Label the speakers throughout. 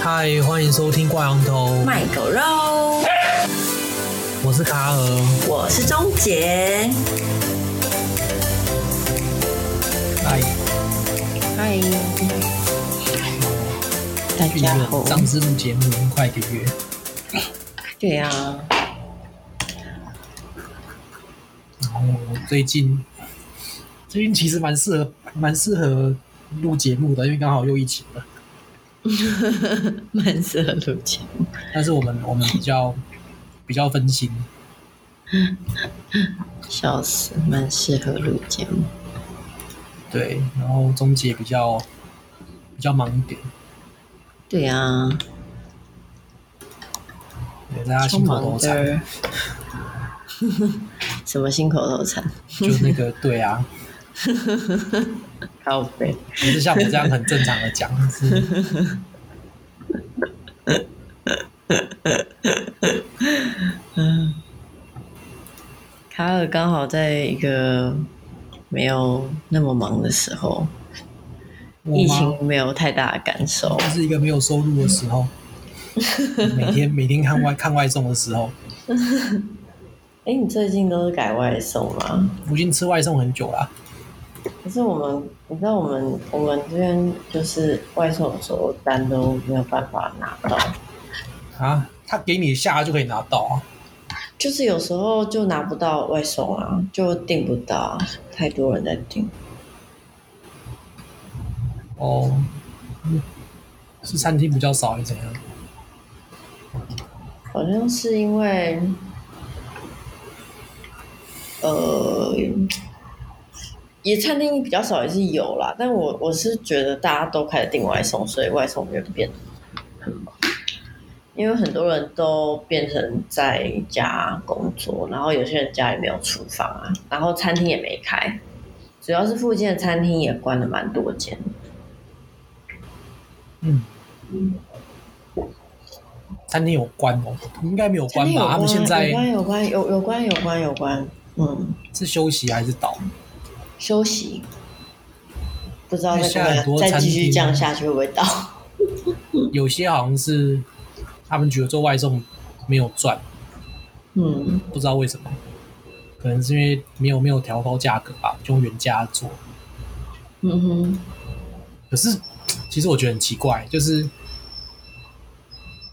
Speaker 1: 嗨，欢迎收听《挂羊头》，
Speaker 2: 卖狗肉，
Speaker 1: 我是卡尔。
Speaker 2: 我是钟杰。
Speaker 1: 嗨，
Speaker 3: 嗨，哎大
Speaker 1: 一
Speaker 3: 家好
Speaker 1: 个。上次录节目已经快一个月，
Speaker 3: 对啊，
Speaker 1: 然后最近最近其实蛮适合蛮适合录节目的，因为刚好又疫情了。
Speaker 3: 蛮适合录节目。
Speaker 1: 但是我们我们比较比较分心，
Speaker 3: 笑死，蛮适合录节目。
Speaker 1: 对，然后钟姐比较比较忙一点，
Speaker 3: 对啊，
Speaker 1: 对，大家
Speaker 3: 超
Speaker 1: 心口
Speaker 3: 忙
Speaker 1: 头禅，
Speaker 3: 的。 什么心口头禅？
Speaker 1: 就那个对啊，
Speaker 3: 靠背。
Speaker 1: 不是像我这样很正常的讲，是
Speaker 3: 卡尔刚好在一个没有那么忙的时候，
Speaker 1: 我
Speaker 3: 疫
Speaker 1: 吗？
Speaker 3: 情没有太大的感受。
Speaker 1: 就是一个没有收入的时 候，每天每天看外看外送的时候，
Speaker 3: 哎、你最近都是改外送吗？
Speaker 1: 我已经吃外送很久了，
Speaker 3: 可是我们，你知道我们我们这边就是外送的时候单都没有办法拿到。
Speaker 1: 啊，他给你下就可以拿到啊，
Speaker 3: 就是有时候就拿不到外送啊，就订不到啊，太多人在订。
Speaker 1: 哦，嗯是餐厅比较少还是怎样？
Speaker 3: 好像是因为，呃，也餐厅比较少，也是有啦。但我我是觉得大家都开始订外送，所以外送就变得很忙因为很多人都变成在家工作，然后有些人家里没有厨房啊，然后餐厅也没开，主要是附近的餐厅也关了蛮多间。
Speaker 1: 嗯，餐厅有关哦，应该没有
Speaker 3: 餐
Speaker 1: 关
Speaker 3: 厅有
Speaker 1: 吧？他们现在
Speaker 3: 有关有关有有关有关有关，嗯，
Speaker 1: 是休息还是倒？
Speaker 3: 休息，不知道
Speaker 1: 因为
Speaker 3: 再
Speaker 1: 现在很
Speaker 3: 跟
Speaker 1: 多
Speaker 3: 再
Speaker 1: 餐
Speaker 3: 继
Speaker 1: 厅
Speaker 3: 续
Speaker 1: 啊
Speaker 3: 这样下去会不会 倒？
Speaker 1: 有些好像是他们觉得做外送没有赚，
Speaker 3: 嗯，
Speaker 1: 不知道为什么，可能是因为没有没有调高价格吧，就用原价做。
Speaker 3: 嗯哼，
Speaker 1: 可是其实我觉得很奇怪，就是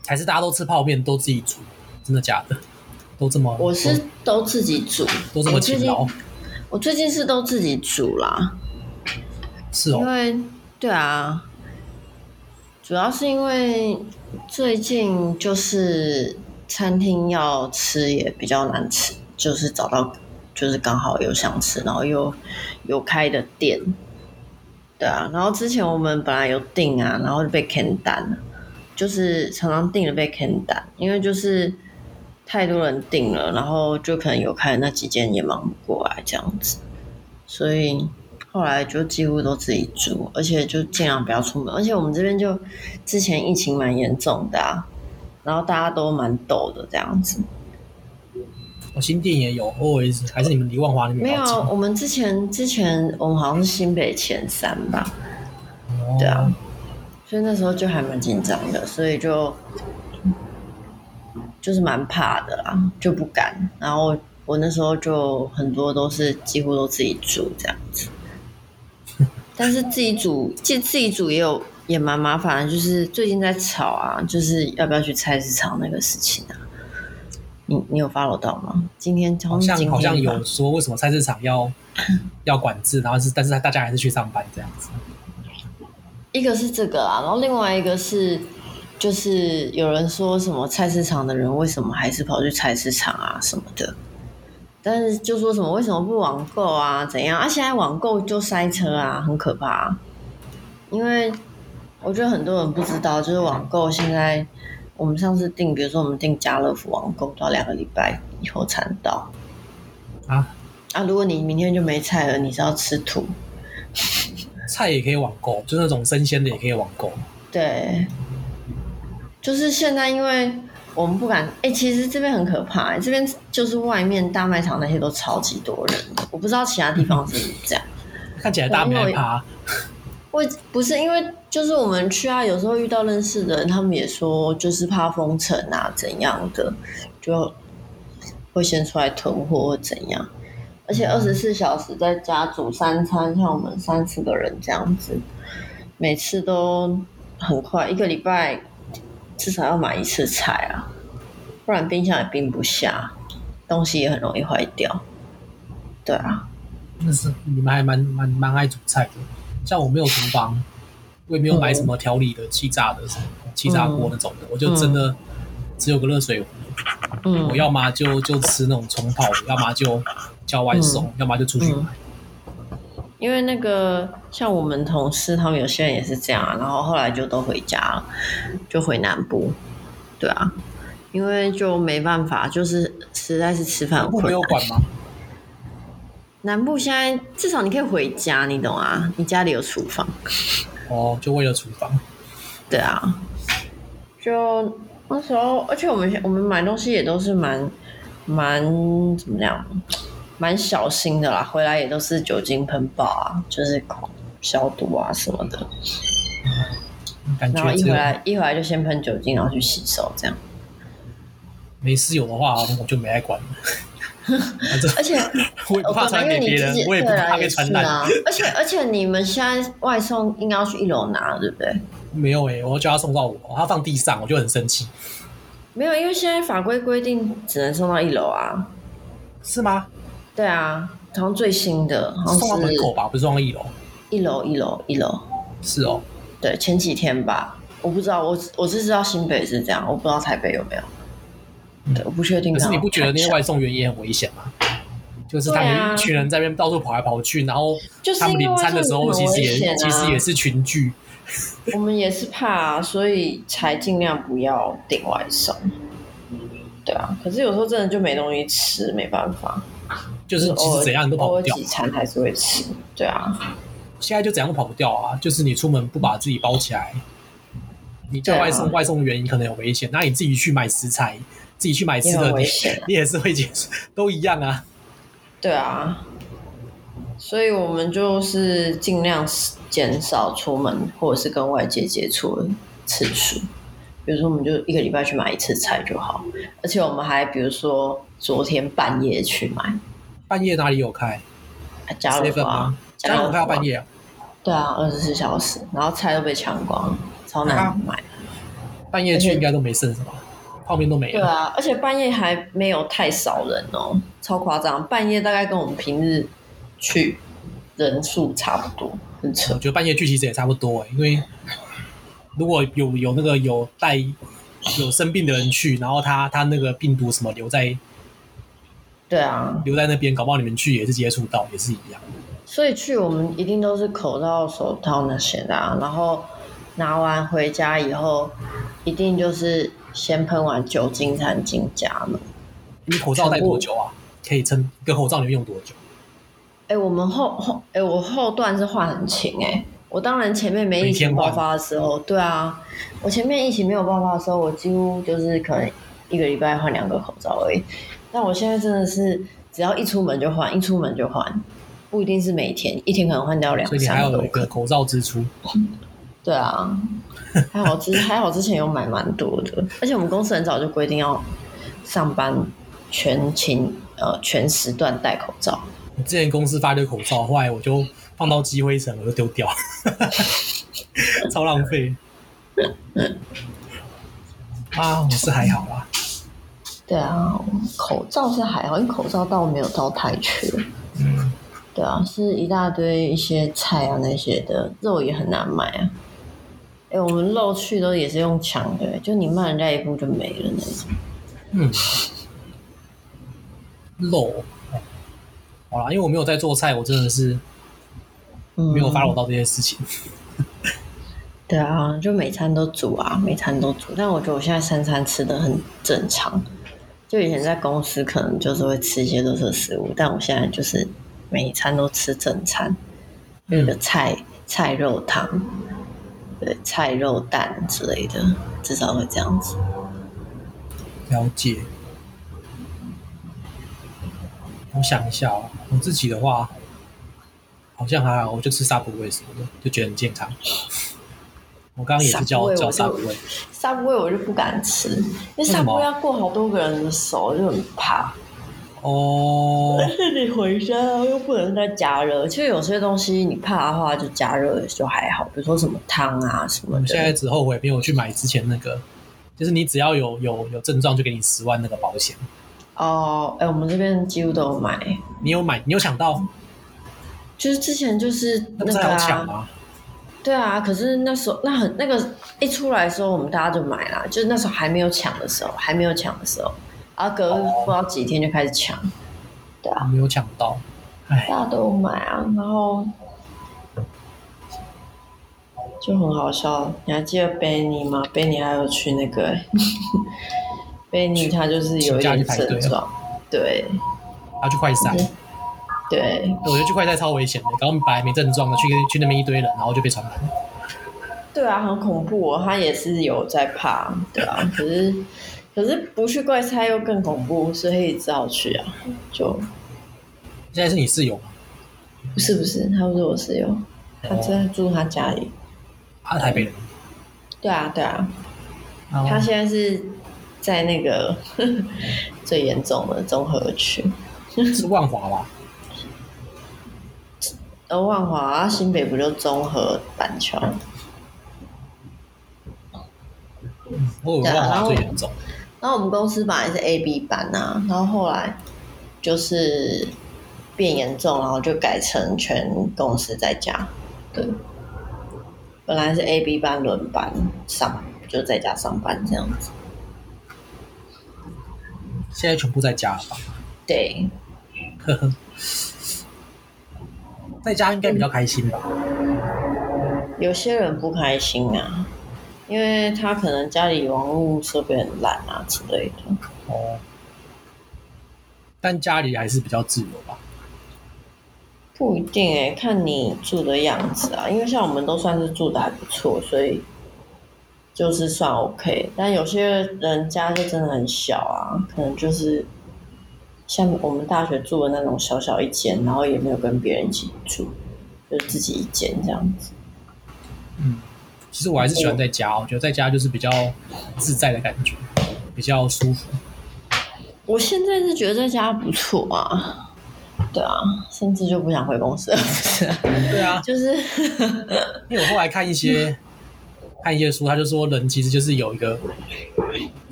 Speaker 1: 还是大家都吃泡面，都自己煮，真的假的？ 都这么
Speaker 3: 我是
Speaker 1: 都
Speaker 3: 都自己煮，
Speaker 1: 哦都这么
Speaker 3: 我最
Speaker 1: 勤
Speaker 3: 近
Speaker 1: 劳，
Speaker 3: 我最近是都自己煮啦，
Speaker 1: 是
Speaker 3: 因
Speaker 1: 哦，
Speaker 3: 为对啊，主要是因为最近就是餐厅要吃也比较难吃，就是找到就是刚好有想吃，然后又有开的店，对啊，然后之前我们本来有订啊，然后就被砍单了，就是常常订了被砍单，因为就是太多人订了，然后就可能有开的那几间也忙不过来这样子，所以后来就几乎都自己煮，而且就尽量不要出门，而且我们这边就之前疫情蛮严重的啊，然后大家都蛮抖的这样子，
Speaker 1: 我新店也有，always 还是你们离万华那边
Speaker 3: 没
Speaker 1: 比
Speaker 3: 有
Speaker 1: 较近
Speaker 3: 啊，我们之前之前我们好像是新北前三吧，
Speaker 1: 哦
Speaker 3: 对啊，所以那时候就还蛮紧张的，所以就就是蛮怕的啦，就不敢。然后我那时候就很多都是几乎都自己煮这样 子，但是自己煮，其实自己煮也有也蛮麻烦的，就是最近在吵啊，就是要不要去菜市场那个事情啊。你你有 follow 到吗？今天
Speaker 1: 好像好像。
Speaker 3: 今天吧
Speaker 1: 有说为什么菜市场 要要管制，然后是但是大家还是去上班这样子。
Speaker 3: 一个是这个啦，然后另外一个是，就是有人说什么菜市场的人为什么还是跑去菜市场啊什么的，但是就说什么为什么不网购啊怎样啊？现在网购就塞车啊，很可怕、啊。因为我觉得很多人不知道，就是网购现在我们上次订，比如说我们订家乐福网购，到两个礼拜以后才能到
Speaker 1: 啊。
Speaker 3: 啊，如果你明天就没菜了，你是要吃土？
Speaker 1: 菜也可以网购，就那种生鲜的也可以网购。
Speaker 3: 对，就是现在，因为我们不敢，哎、其实这边很可怕、诶这边就是外面大卖场那些都超级多人的，我不知道其他地方是不是这样。
Speaker 1: 看起来大家没害怕啊，
Speaker 3: 我不是因为就是我们去啊，有时候遇到认识的人，他们也说就是怕封城啊，怎样的，就会先出来囤货或怎样。而且二十四小时在家煮三餐，像我们三十个人这样子，每次都很快，一个礼拜至少要买一次菜啊，不然冰箱也冰不下，东西也很容易坏掉。对啊，
Speaker 1: 那是你们还蛮蛮蛮爱煮菜的，像我没有厨房，我也没有买什么调理的气炸的、什么气炸锅那种的，我就真的只有个热水壶，
Speaker 3: 嗯，
Speaker 1: 我要么就就吃那种冲泡，要么就叫外送，
Speaker 3: 嗯
Speaker 1: 要么就出去买。
Speaker 3: 因为那个像我们同事，他们有些人也是这样啊，然后后来就都回家了，就回南部，对啊，因为就没办法，就是实在是吃饭很
Speaker 1: 不
Speaker 3: 困
Speaker 1: 没
Speaker 3: 难
Speaker 1: 有。管吗？
Speaker 3: 南部现在至少你可以回家，你懂啊？你家里有厨房，
Speaker 1: 哦，就为了厨房，
Speaker 3: 对啊。就那时候，而且我们我们买东西也都是蛮蛮怎么样，蛮小心的啦。回来也都是酒精喷爆啊，就是狂消毒啊什么的。
Speaker 1: 感
Speaker 3: 然后
Speaker 1: 觉
Speaker 3: 一
Speaker 1: 这
Speaker 3: 回
Speaker 1: 个
Speaker 3: 来一回来就先喷酒精，然后去洗手这样。
Speaker 1: 没室友的话，我就没爱 管了。反正
Speaker 3: 而 且
Speaker 1: 我也不
Speaker 3: 我
Speaker 1: 怕
Speaker 3: 本
Speaker 1: 传
Speaker 3: 来哦因
Speaker 1: 给别
Speaker 3: 为你自
Speaker 1: 人
Speaker 3: 己，
Speaker 1: 我也不
Speaker 3: 对
Speaker 1: 怕
Speaker 3: 啦
Speaker 1: 被
Speaker 3: 也
Speaker 1: 传
Speaker 3: 是
Speaker 1: 染。
Speaker 3: 啊，而且而且你们现在外送应该要去一楼拿，对不对？
Speaker 1: 没有欸诶、我要叫他送到我，他放地上，我就很生气，
Speaker 3: 没有，因为现在法规规定只能送到一楼啊。
Speaker 1: 是吗？
Speaker 3: 对啊，好像最新的好
Speaker 1: 送到
Speaker 3: 像哦是
Speaker 1: 门口吧，不是送到一楼。
Speaker 3: 一楼一楼一楼，
Speaker 1: 是哦，
Speaker 3: 对，前几天吧，我不知道，我我是知道新北是这样，我不知道台北有没有。对，我不确定。啊
Speaker 1: 可是你不觉得那些外送员也很危险吗？就是他
Speaker 3: 对
Speaker 1: 们
Speaker 3: 啊
Speaker 1: 一群人在那边到处跑来跑去，然后
Speaker 3: 就是
Speaker 1: 他们
Speaker 3: 因为
Speaker 1: 领
Speaker 3: 外
Speaker 1: 餐的时候，
Speaker 3: 送
Speaker 1: 其
Speaker 3: 员
Speaker 1: 实
Speaker 3: 很危
Speaker 1: 也
Speaker 3: 险
Speaker 1: 其实
Speaker 3: 啊
Speaker 1: 也是群聚。
Speaker 3: 我们也是怕、啊，所以才尽量不要订外送。对啊，可是有时候真的就没东西吃，没办法。
Speaker 1: 就是其
Speaker 3: 偶
Speaker 1: 实
Speaker 3: 尔
Speaker 1: 怎样你都跑
Speaker 3: 偶
Speaker 1: 不
Speaker 3: 尔
Speaker 1: 掉
Speaker 3: 几，餐还是会吃。对啊，
Speaker 1: 现在就怎样都跑不掉啊！就是你出门不把自己包起来，你叫
Speaker 3: 对啊
Speaker 1: 外送、外送员你可能有危险，那你自己去买食材，自己去买吃
Speaker 3: 也
Speaker 1: 的，
Speaker 3: 很危
Speaker 1: 你
Speaker 3: 险啊
Speaker 1: 你 也是会结束，都一样啊。
Speaker 3: 对啊，所以我们就是尽量减少出门或者是跟外界接触的次数。比如说，我们就一个礼拜去买一次菜就好，而且我们还比如说昨天半夜去买，
Speaker 1: 半夜哪里有开？
Speaker 3: 啊家乐福
Speaker 1: 7-Eleven
Speaker 3: 啊
Speaker 1: 吗，家乐福
Speaker 3: 福
Speaker 1: 开
Speaker 3: 啊
Speaker 1: 到半夜啊，
Speaker 3: 对啊，二十四小时，然后菜都被抢光了，超难买。
Speaker 1: 半夜去应该都没剩什么，泡面都没
Speaker 3: 对
Speaker 1: 了。
Speaker 3: 啊，而且半夜还没有太少人哦，超夸张，半夜大概跟我们平日去人数差不多，很扯
Speaker 1: 我。觉得半夜去其实也差不多、欸，因为如果有有那个有带有生病的人去，然后他他那个病毒什么留在
Speaker 3: 对啊，
Speaker 1: 留在那边，搞不好你们去也是接触到，也是一样。
Speaker 3: 所以去我们一定都是口罩、手套那些的、啊，然后拿完回家以后，一定就是先喷完酒精才能进家门。
Speaker 1: 你口罩戴多久啊？可以撑一个口罩你们用多久？
Speaker 3: 哎、我们后后哎、我后段是换很勤哎、我当然前面没疫情爆发的时候，对啊，我前面疫情没有爆发的时候，我几乎就是可能一个礼拜换两个口罩而已。但我现在真的是只要一出门就换，一出门就换，不一定是每天，一天可能换掉两
Speaker 1: 所以你还
Speaker 3: 三
Speaker 1: 要
Speaker 3: 个
Speaker 1: 有一。个口罩支出，
Speaker 3: 对啊，还好之还好之前有买蛮多的，而且我们公司很早就规定要上班全勤呃全时段戴口罩。
Speaker 1: 我之前公司发一堆口罩，后来我就放到积灰尘，我就丢掉， 超浪费。啊，我是还好啦，
Speaker 3: 对啊，口罩是还好，因为口罩倒没有到太缺。
Speaker 1: 嗯，
Speaker 3: 对啊，是一大堆一些菜啊那些的，肉也很难买啊。哎、我们肉去都也是用抢的、就你慢人家一步就没了那种。
Speaker 1: 嗯，肉，哦好啦，因为我没有在做菜，我真的是
Speaker 3: 嗯
Speaker 1: 没有发 w 到这些事情。
Speaker 3: 对啊，就每餐都煮啊，每餐都煮。但我觉得我现在三餐吃的很正常，就以前在公司可能就是会吃一些垃圾食物，但我现在就是每一餐都吃正餐，有个
Speaker 1: 嗯，
Speaker 3: 菜菜肉汤，对，菜肉蛋之类的，至少会这样子。
Speaker 1: 了解。我想一下哦，我自己的话，好像还好，我就吃沙普味什么的，就觉得很健康。我刚刚也是叫
Speaker 3: Subway，
Speaker 1: 叫
Speaker 3: 我就
Speaker 1: Subway，
Speaker 3: 沙不味我就不敢吃，因为
Speaker 1: 什么
Speaker 3: 沙不味要过好多个人的手，就很怕。
Speaker 1: 哦，
Speaker 3: 但是你回家又不能再加热，其实有些东西你怕的话就加热就还好，比如说什么汤啊什
Speaker 1: 我
Speaker 3: 么
Speaker 1: 们现在
Speaker 3: 的。
Speaker 1: 只后悔没有去买之前那个，就是你只要有有有症状就给你十万那个保险。
Speaker 3: 哦，哎、我们这边几乎都有买，
Speaker 1: 你有买？你有抢到？
Speaker 3: 就是之前就是
Speaker 1: 那
Speaker 3: 那
Speaker 1: 不是
Speaker 3: 个
Speaker 1: 还好抢
Speaker 3: 啊，
Speaker 1: 吗？
Speaker 3: 对啊，可是那时候那很那个一出来的时候，我们大家就买啦，就是那时候还没有抢的时候，还没有抢的时候，然后隔
Speaker 1: 哦
Speaker 3: 不知道几天就开始抢，
Speaker 1: 我没有抢到。哎，
Speaker 3: 大家都有买啊，然后就很好笑。你还记得 Benny 吗？Benny 还有去那个、欸、Benny，他就是有
Speaker 1: 请
Speaker 3: 一
Speaker 1: 假去
Speaker 3: 点
Speaker 1: 排队啊
Speaker 3: 症状，对
Speaker 1: 要去快赛，
Speaker 3: 嗯对，
Speaker 1: 我觉得去快赛超危险的。然后本来没症状的，去去那边一堆人，然后就被传染。
Speaker 3: 对啊，很恐怖、哦，他也是有在怕，对啊，可是可是不去怪猜又更恐怖，所以只好去啊，就
Speaker 1: 现在是你室友吗？
Speaker 3: 不是不是，他不是我室友，他真的住他家里，
Speaker 1: 哦他是台北人。
Speaker 3: 对啊对啊，
Speaker 1: 哦
Speaker 3: 他现在是在那个 最严重的综合区，
Speaker 1: 是万华吧？
Speaker 3: 而万华、新北不就综合板桥？
Speaker 1: 我以
Speaker 3: 啊
Speaker 1: 为万华最严重。
Speaker 3: 然后我们公司本来是 A B 班啊，然后后来就是变严重，然后就改成全公司在家。对，本来是 A B 班轮班上，就在家上班这样子。
Speaker 1: 现在全部在家了吧？
Speaker 3: 对，
Speaker 1: 呵呵，在家应该比较开心吧？
Speaker 3: 有些人不开心啊，因为他可能家里网络设备很烂啊之类的。
Speaker 1: 哦，但家里还是比较自由吧？
Speaker 3: 不一定哎、看你住的样子啊，因为像我们都算是住的还不错，所以就是算 OK。但有些人家就真的很小啊，可能就是像我们大学住的那种小小一间，然后也没有跟别人一起住，就自己一间这样子。
Speaker 1: 嗯，其实我还是喜欢在家，我觉得在家就是比较自在的感觉，比较舒服。
Speaker 3: 我现在是觉得在家不错啊，对啊，甚至就不想回公司了，不是啊、
Speaker 1: 对啊，
Speaker 3: 就是。
Speaker 1: 因为我后来看一些看一些书，他就说人其实就是有一个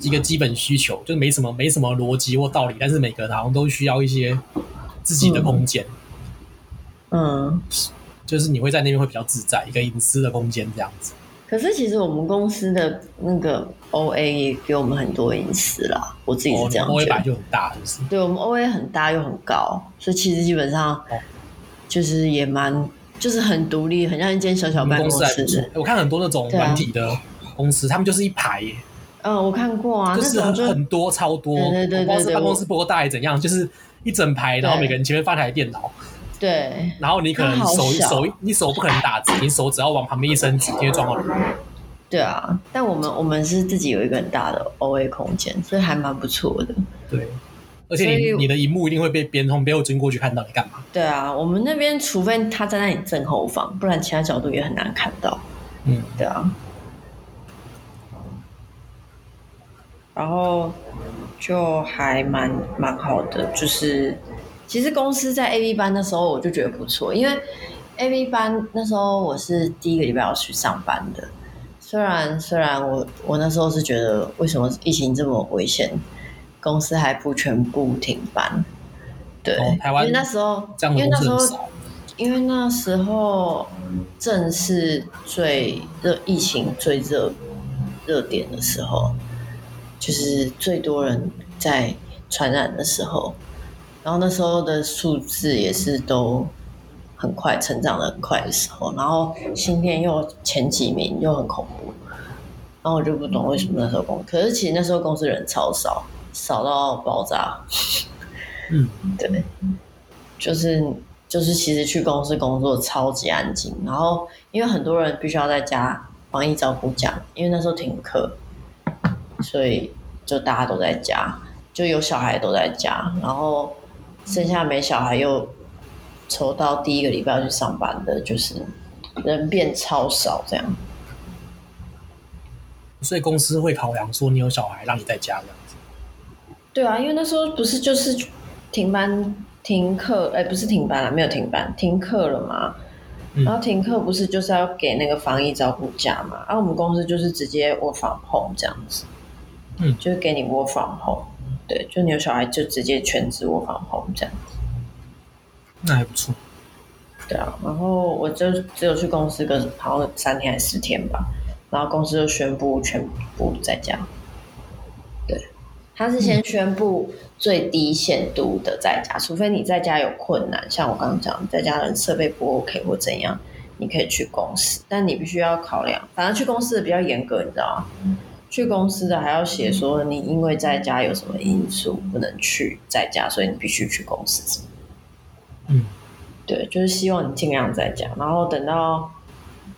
Speaker 1: 一个基本需求，就是没什么没什么逻辑或道理，但是每个人好像都需要一些自己的空间，
Speaker 3: 嗯，
Speaker 1: 就是你会在那边会比较自在，一个隐私的空间这样子。
Speaker 3: 可是其实我们公司的那个 O A 也给我们很多隐私啦，我自己
Speaker 1: 哦
Speaker 3: 是这样
Speaker 1: 我会
Speaker 3: 觉
Speaker 1: 摆
Speaker 3: 得。
Speaker 1: 就很大，就是
Speaker 3: 对我们 O A 很大又很高，所以其实基本上
Speaker 1: 哦
Speaker 3: 就是也蛮就是很独立，很像一间小小
Speaker 1: 我们
Speaker 3: 办
Speaker 1: 公司
Speaker 3: 公
Speaker 1: 还
Speaker 3: 室
Speaker 1: 不错
Speaker 3: 的。。
Speaker 1: 我看很多那种
Speaker 3: 对啊
Speaker 1: 软体的公司，他们就是一排耶，
Speaker 3: 嗯，我看过啊，
Speaker 1: 就
Speaker 3: 那
Speaker 1: 是很
Speaker 3: 种就
Speaker 1: 很多超多，
Speaker 3: 对对对对
Speaker 1: 我不知道是
Speaker 3: 对
Speaker 1: 办公室
Speaker 3: 我
Speaker 1: 不够大还是怎样，就是一整排，然后
Speaker 3: 对
Speaker 1: 每个人前面放台电脑，
Speaker 3: 对
Speaker 1: 然后你可能
Speaker 3: 它好
Speaker 1: 手
Speaker 3: 小
Speaker 1: 手你手不可能打字，你手只要往旁边一伸直接撞到人。
Speaker 3: 对啊。但我们我们是自己有一个很大的 O A 空间，所以还蛮不错的。
Speaker 1: 对，而且
Speaker 3: 所
Speaker 1: 你
Speaker 3: 以
Speaker 1: 你的荧幕一定会被别人从背后经过去看到你干嘛。
Speaker 3: 对啊，我们那边除非他站在你正后方，不然其他角度也很难看到。
Speaker 1: 嗯，
Speaker 3: 对啊。然后就还蛮蛮好的，就是其实公司在 A B 班的时候我就觉得不错，因为 A B 班那时候我是第一个礼拜要去上班的，虽然虽然我我那时候是觉得为什么疫情这么危险，公司还不全部停班，对，
Speaker 1: 哦台湾
Speaker 3: 因为那时候
Speaker 1: 这样
Speaker 3: 因
Speaker 1: 的
Speaker 3: 为
Speaker 1: 公
Speaker 3: 那时
Speaker 1: 司很
Speaker 3: 候
Speaker 1: 少。
Speaker 3: 因为那时候正是最热疫情最热热点的时候，就是最多人在传染的时候，然后那时候的数字也是都很快成长的很快的时候，然后芯片又前几名又很恐怖，然后我就不懂为什么那时候公，可是其实那时候公司人超少，少到爆炸。
Speaker 1: 嗯，
Speaker 3: 对，就是就是，其实去公司工作超级安静，然后因为很多人必须要在家防疫照顾家，因为那时候停课，所以就大家都在家，就有小孩都在家，然后剩下没小孩又抽到第一个礼拜要去上班的，就是人变超少这样。
Speaker 1: 所以公司会考量说你有小孩，让你在家啊这样子。
Speaker 3: 对啊，因为那时候不是就是停班停课，哎、不是停班了，没有停班，停课了嘛。
Speaker 1: 嗯
Speaker 3: 然后停课不是就是要给那个防疫照顾假嘛？然、后我们公司就是直接 work from home 这样子，
Speaker 1: 嗯
Speaker 3: 就是给你 work from home，对，就你有小孩就直接全职 work from home 这样子，
Speaker 1: 那还不错。
Speaker 3: 对啊。然后我就只有去公司个好像三天还是四天吧，然后公司就宣布全部在家，对，他是先宣布最低限度的在家，除非你在家有困难，像我刚刚讲，在家人设备不 OK 或怎样，你可以去公司，但你必须要考量，反正去公司的比较严格，你知道吗？去公司的还要写说你因为在家有什么因素不能去在家，所以你必须去公司。
Speaker 1: 嗯，
Speaker 3: 对，就是希望你尽量在家，然后等到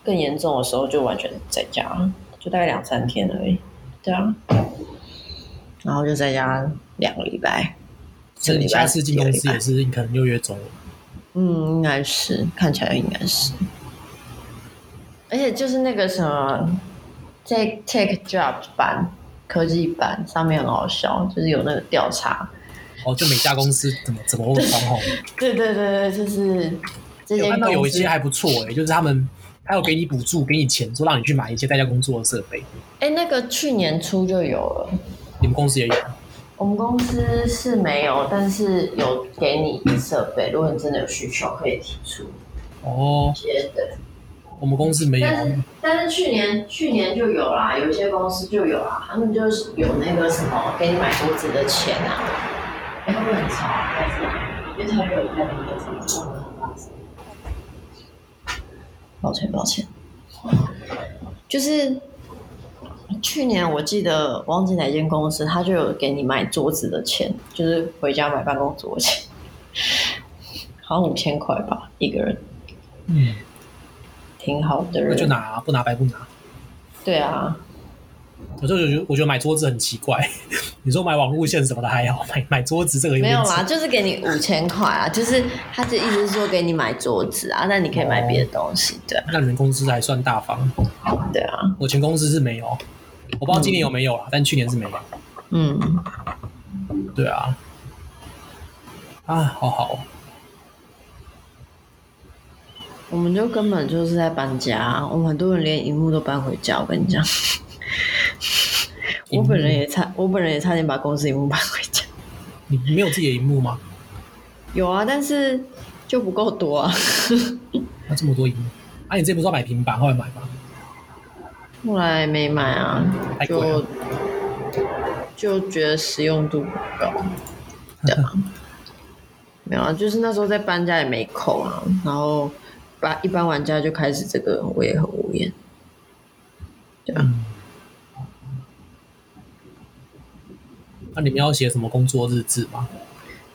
Speaker 3: 更严重的时候就完全在家，就大概两三天而已。对啊，然后就在家两个礼拜。
Speaker 1: 所以你下次进公司
Speaker 3: 这个礼拜
Speaker 1: 也是，你可能六月中了。
Speaker 3: 嗯，应该是，看起来应该是。而且就是那个什么 Take Take Job 版科技版上面很好笑，就是有那个调查。
Speaker 1: 哦，就每家公司怎么怎么会防控？
Speaker 3: 对对对对，就是这
Speaker 1: 我
Speaker 3: 间
Speaker 1: 看到
Speaker 3: 公
Speaker 1: 有一
Speaker 3: 司
Speaker 1: 些。还不错诶、就是他们还有给你补助，给你钱，说让你去买一些在家工作的设备。
Speaker 3: 哎，那个去年初就有了，
Speaker 1: 你们公司也有？
Speaker 3: 我们公司是没有，但是有给你设备，如果你真的有需求可以提出。
Speaker 1: 哦，
Speaker 3: 觉得。
Speaker 1: 我们公司没有。
Speaker 3: 但是但是去年去年就有啦，有一些公司就有啦，他们就是有那个什么给你买桌子的钱啊，哎、会不会很吵啊？开始因为太热了，太冷了，怎么抱歉抱歉，就是去年我记得忘记哪间公司，他就有给你买桌子的钱，就是回家买办公桌的钱， 好像五千块吧，一个人
Speaker 1: 嗯，
Speaker 3: 挺好的
Speaker 1: 那
Speaker 3: 人，
Speaker 1: 就拿、啊，不拿白不拿。
Speaker 3: 对啊。
Speaker 1: 我就觉得，我觉得买桌子很奇怪。 你说买网路线什么的还好，买买桌子这个有
Speaker 3: 没有
Speaker 1: 点
Speaker 3: 啦，就是给你五千块啊，就是他的意思是说给你买桌子啊，但你可以买别的东西，对啊
Speaker 1: 那你们公司还算大方，
Speaker 3: 对啊，
Speaker 1: 我前公司是没有，我不知道今年有没有啦，但去年是没有。
Speaker 3: 嗯，
Speaker 1: 对啊，啊，好好哦，
Speaker 3: 我们就根本就是在搬家，啊我们很多人连荧幕都搬回家，我跟你 讲，我本人也差，我本人也差点把公司荧幕搬回家，
Speaker 1: 你没有自己的荧幕吗？
Speaker 3: 有啊，但是就不够多啊，
Speaker 1: 那这么多荧幕，啊，你之前不是要买平板，后来买吗？
Speaker 3: 后来没买啊
Speaker 1: 太，贵了
Speaker 3: 就就觉得实用度不高，对啊， 没有啊，就是那时候在搬家也没空啊，然后搬一搬完家就开始这个，我也很无言，
Speaker 1: 那你们要写什么工作日志吗？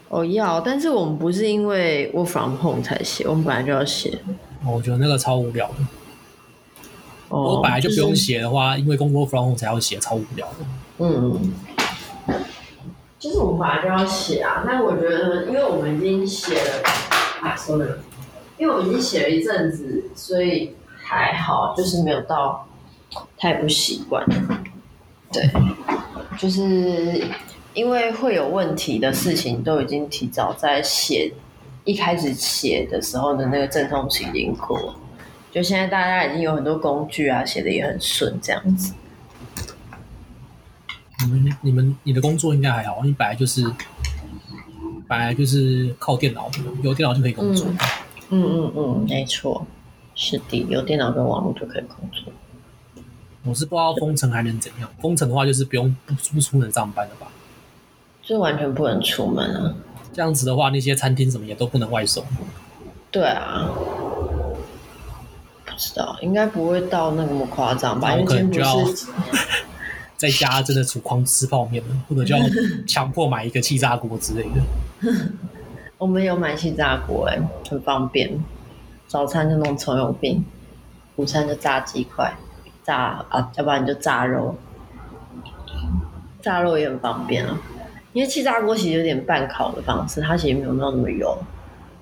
Speaker 3: 哦要，但是我们不是因为 work from home 才写，我们本来就要写，
Speaker 1: 哦我觉得那个超无聊的。
Speaker 3: 哦，
Speaker 1: 我本来就不用
Speaker 3: 是
Speaker 1: 写的话，因为工作 from home 才要写，超无聊的。
Speaker 3: 嗯，就是我们本来就要写啊。那我觉得，因为我们已经写了，啊，sorry，因为我们已经写了一阵子，所以还好，就是没有到太不习惯。对，就是因为会有问题的事情，都已经提早在写一开始写的时候的那个阵痛期已经过了。就现在大家已经有很多工具啊，写的也很顺，这样子。
Speaker 1: 你们、你们、你的工作应该还好，你本来就是本来就是靠电脑，有电脑就可以工作。
Speaker 3: 嗯嗯嗯嗯，没错，是的，有电脑跟网络就可以工作。
Speaker 1: 我是不知道封城还能怎样，封城的话就是不用不不出门上班了吧？
Speaker 3: 就完全不能出门啊！
Speaker 1: 这样子的话，那些餐厅什么也都不能外送。
Speaker 3: 对啊，不知道，应该不会到那么夸张吧？
Speaker 1: 那
Speaker 3: 因
Speaker 1: 我
Speaker 3: 为
Speaker 1: 可能
Speaker 3: 今天
Speaker 1: 就要
Speaker 3: 不是，
Speaker 1: 在家真的是狂吃泡面了，或者 就要强迫买一个气炸锅之类的。
Speaker 3: 我们有买气炸锅，哎，很方便。早餐就弄葱油饼，午餐就炸鸡块，炸啊，要不然就炸肉，炸肉也很方便啊。因为气炸锅其实有点半烤的方式，它其实没有弄那么油。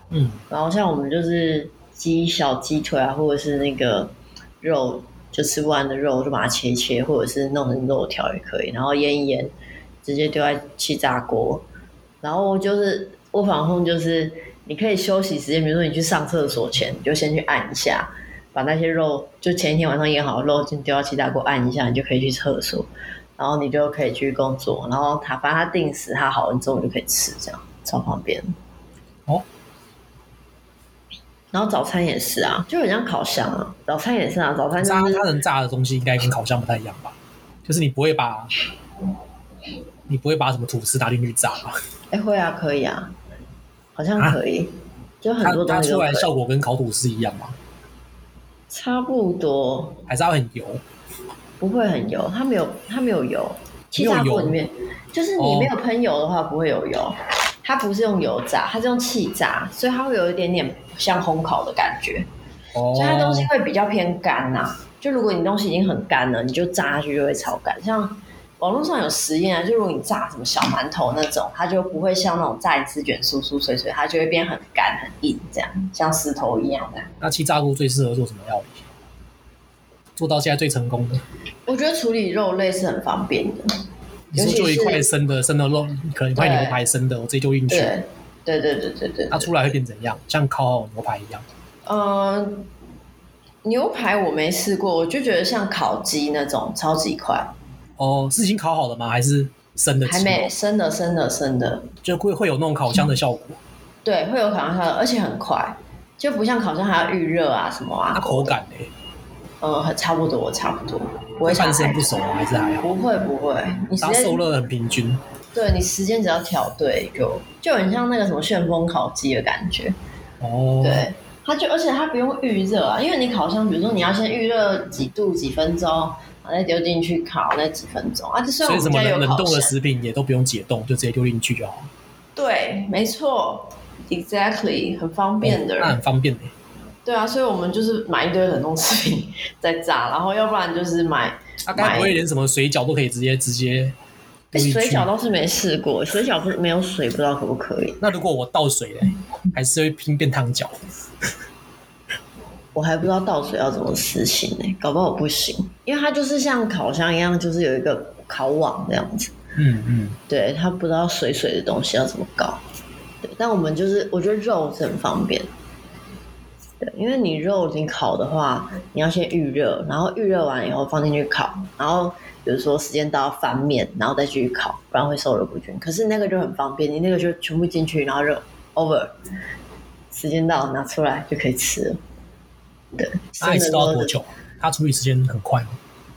Speaker 1: 嗯，
Speaker 3: 然后像我们就是鸡小鸡腿啊，或者是那个肉就吃不完的肉就把它切一切，或者是弄成肉条也可以，然后腌一腌，直接丢在气炸锅。然后就是卧房控就是你可以休息时间，比如说你去上厕所前，你就先去按一下，把那些肉就前一天晚上腌好的肉先丢到气炸锅按一下，你就可以去厕所，然后你就可以去工作。然后它反正它定时，它好，你中午就可以吃，这样超方便。
Speaker 1: 哦，
Speaker 3: 然后早餐也是啊，就很像烤箱啊，早餐也是啊，早餐就
Speaker 1: 炸
Speaker 3: 是
Speaker 1: 它能炸的东西应该跟烤箱不太一样吧？就是你不会把你不会把什么吐司拿进去炸吧？
Speaker 3: 哎、会啊，可以啊，好像
Speaker 1: 啊
Speaker 3: 可以，就很
Speaker 1: 它
Speaker 3: 多
Speaker 1: 它
Speaker 3: 东西都
Speaker 1: 出
Speaker 3: 可
Speaker 1: 来
Speaker 3: 以
Speaker 1: 的，效果跟烤吐司一样吗？
Speaker 3: 差不多，
Speaker 1: 还是它很油？
Speaker 3: 不会很油，它没有它没有油，气炸
Speaker 1: 没有
Speaker 3: 锅
Speaker 1: 油
Speaker 3: 里面就是你
Speaker 1: 哦
Speaker 3: 没有喷油的话不会有油，它不是用油炸，它是用气炸，所以它会有一点点像烘烤的感觉，
Speaker 1: 哦
Speaker 3: 所以它东西会比较偏干呐、就如果你东西已经很干了，你就炸下去就会超干。像网络上有实验啊，就如果你炸什么小馒头那种，它就不会像那种炸一次卷酥酥脆脆，它就会变很干很硬，这样像石头一样的。
Speaker 1: 那气炸锅最适合做什么料理？做到现在最成功的，
Speaker 3: 我觉得处理肉类是很方便的，
Speaker 1: 你说
Speaker 3: 尤其
Speaker 1: 就一块
Speaker 3: 是
Speaker 1: 生的生的肉，可能一块
Speaker 3: 对
Speaker 1: 牛排生的，我直接丢进去，
Speaker 3: 对，对对对对对
Speaker 1: 它出来会变怎样？像烤好牛排一样。
Speaker 3: 嗯，牛排我没试过，我就觉得像烤鸡那种超级快，
Speaker 1: 哦，是已经烤好了吗？还是生的鸡
Speaker 3: 还
Speaker 1: 肉？
Speaker 3: 没生的生的生的，
Speaker 1: 就会会有那种烤箱的效果，
Speaker 3: 嗯对，会有烤箱的，而且很快，就不像烤箱还要预热啊什么
Speaker 1: 它
Speaker 3: 啊，
Speaker 1: 口感嘞、
Speaker 3: 呃，很差不多差不多，不会
Speaker 1: 会
Speaker 3: 差
Speaker 1: 半生
Speaker 3: 太
Speaker 1: 不
Speaker 3: 多，
Speaker 1: 熟吗？还是还好？
Speaker 3: 不会不会，你时
Speaker 1: 它
Speaker 3: 间
Speaker 1: 受热很平均。
Speaker 3: 对你时间只要调对，就就很像那个什么旋风烤鸡的感觉，
Speaker 1: 哦，
Speaker 3: 对，它就而且它不用预热啊，因为你烤箱，比如说你要先预热几度几分钟，然后再丢进去烤那几分钟啊。就虽然
Speaker 1: 所以
Speaker 3: 我
Speaker 1: 什
Speaker 3: 们
Speaker 1: 么
Speaker 3: 家有
Speaker 1: 冷冷
Speaker 3: 烤
Speaker 1: 冻的
Speaker 3: 箱，
Speaker 1: 食品也都不用解冻，就直接丢进去就好，
Speaker 3: 对，没错，exactly，很方便的。
Speaker 1: 那很方便嘞、
Speaker 3: 对啊，所以我们就是买一堆冷冻食品再炸，然后要不然就是买。
Speaker 1: 它该不
Speaker 3: 买
Speaker 1: 会连什么水饺都可以直接直接
Speaker 3: 哎
Speaker 1: 丢进去？
Speaker 3: 水饺倒是没试过，水饺不是没有水，不知道可不可以。
Speaker 1: 那如果我倒水嘞，还是会拼变汤饺。
Speaker 3: 我还不知道倒水要怎么实行呢、搞不好我不行，因为它就是像烤箱一样，就是有一个烤网这样子。
Speaker 1: 嗯嗯，
Speaker 3: 对他不知道水水的东西要怎么搞。对，但我们就是我觉得肉是很方便。对，因为你肉你烤的话，你要先预热，然后预热完以后放进去烤，然后比如说时间到翻面，然后再继续烤，不然会受热不均。可是那个就很方便，你那个就全部进去，然后热 over，时间到拿出来就可以吃了。对，
Speaker 1: 它一次
Speaker 3: 生的
Speaker 1: 都要
Speaker 3: 肉
Speaker 1: 多
Speaker 3: 就
Speaker 1: 久？它处理时间很快吗？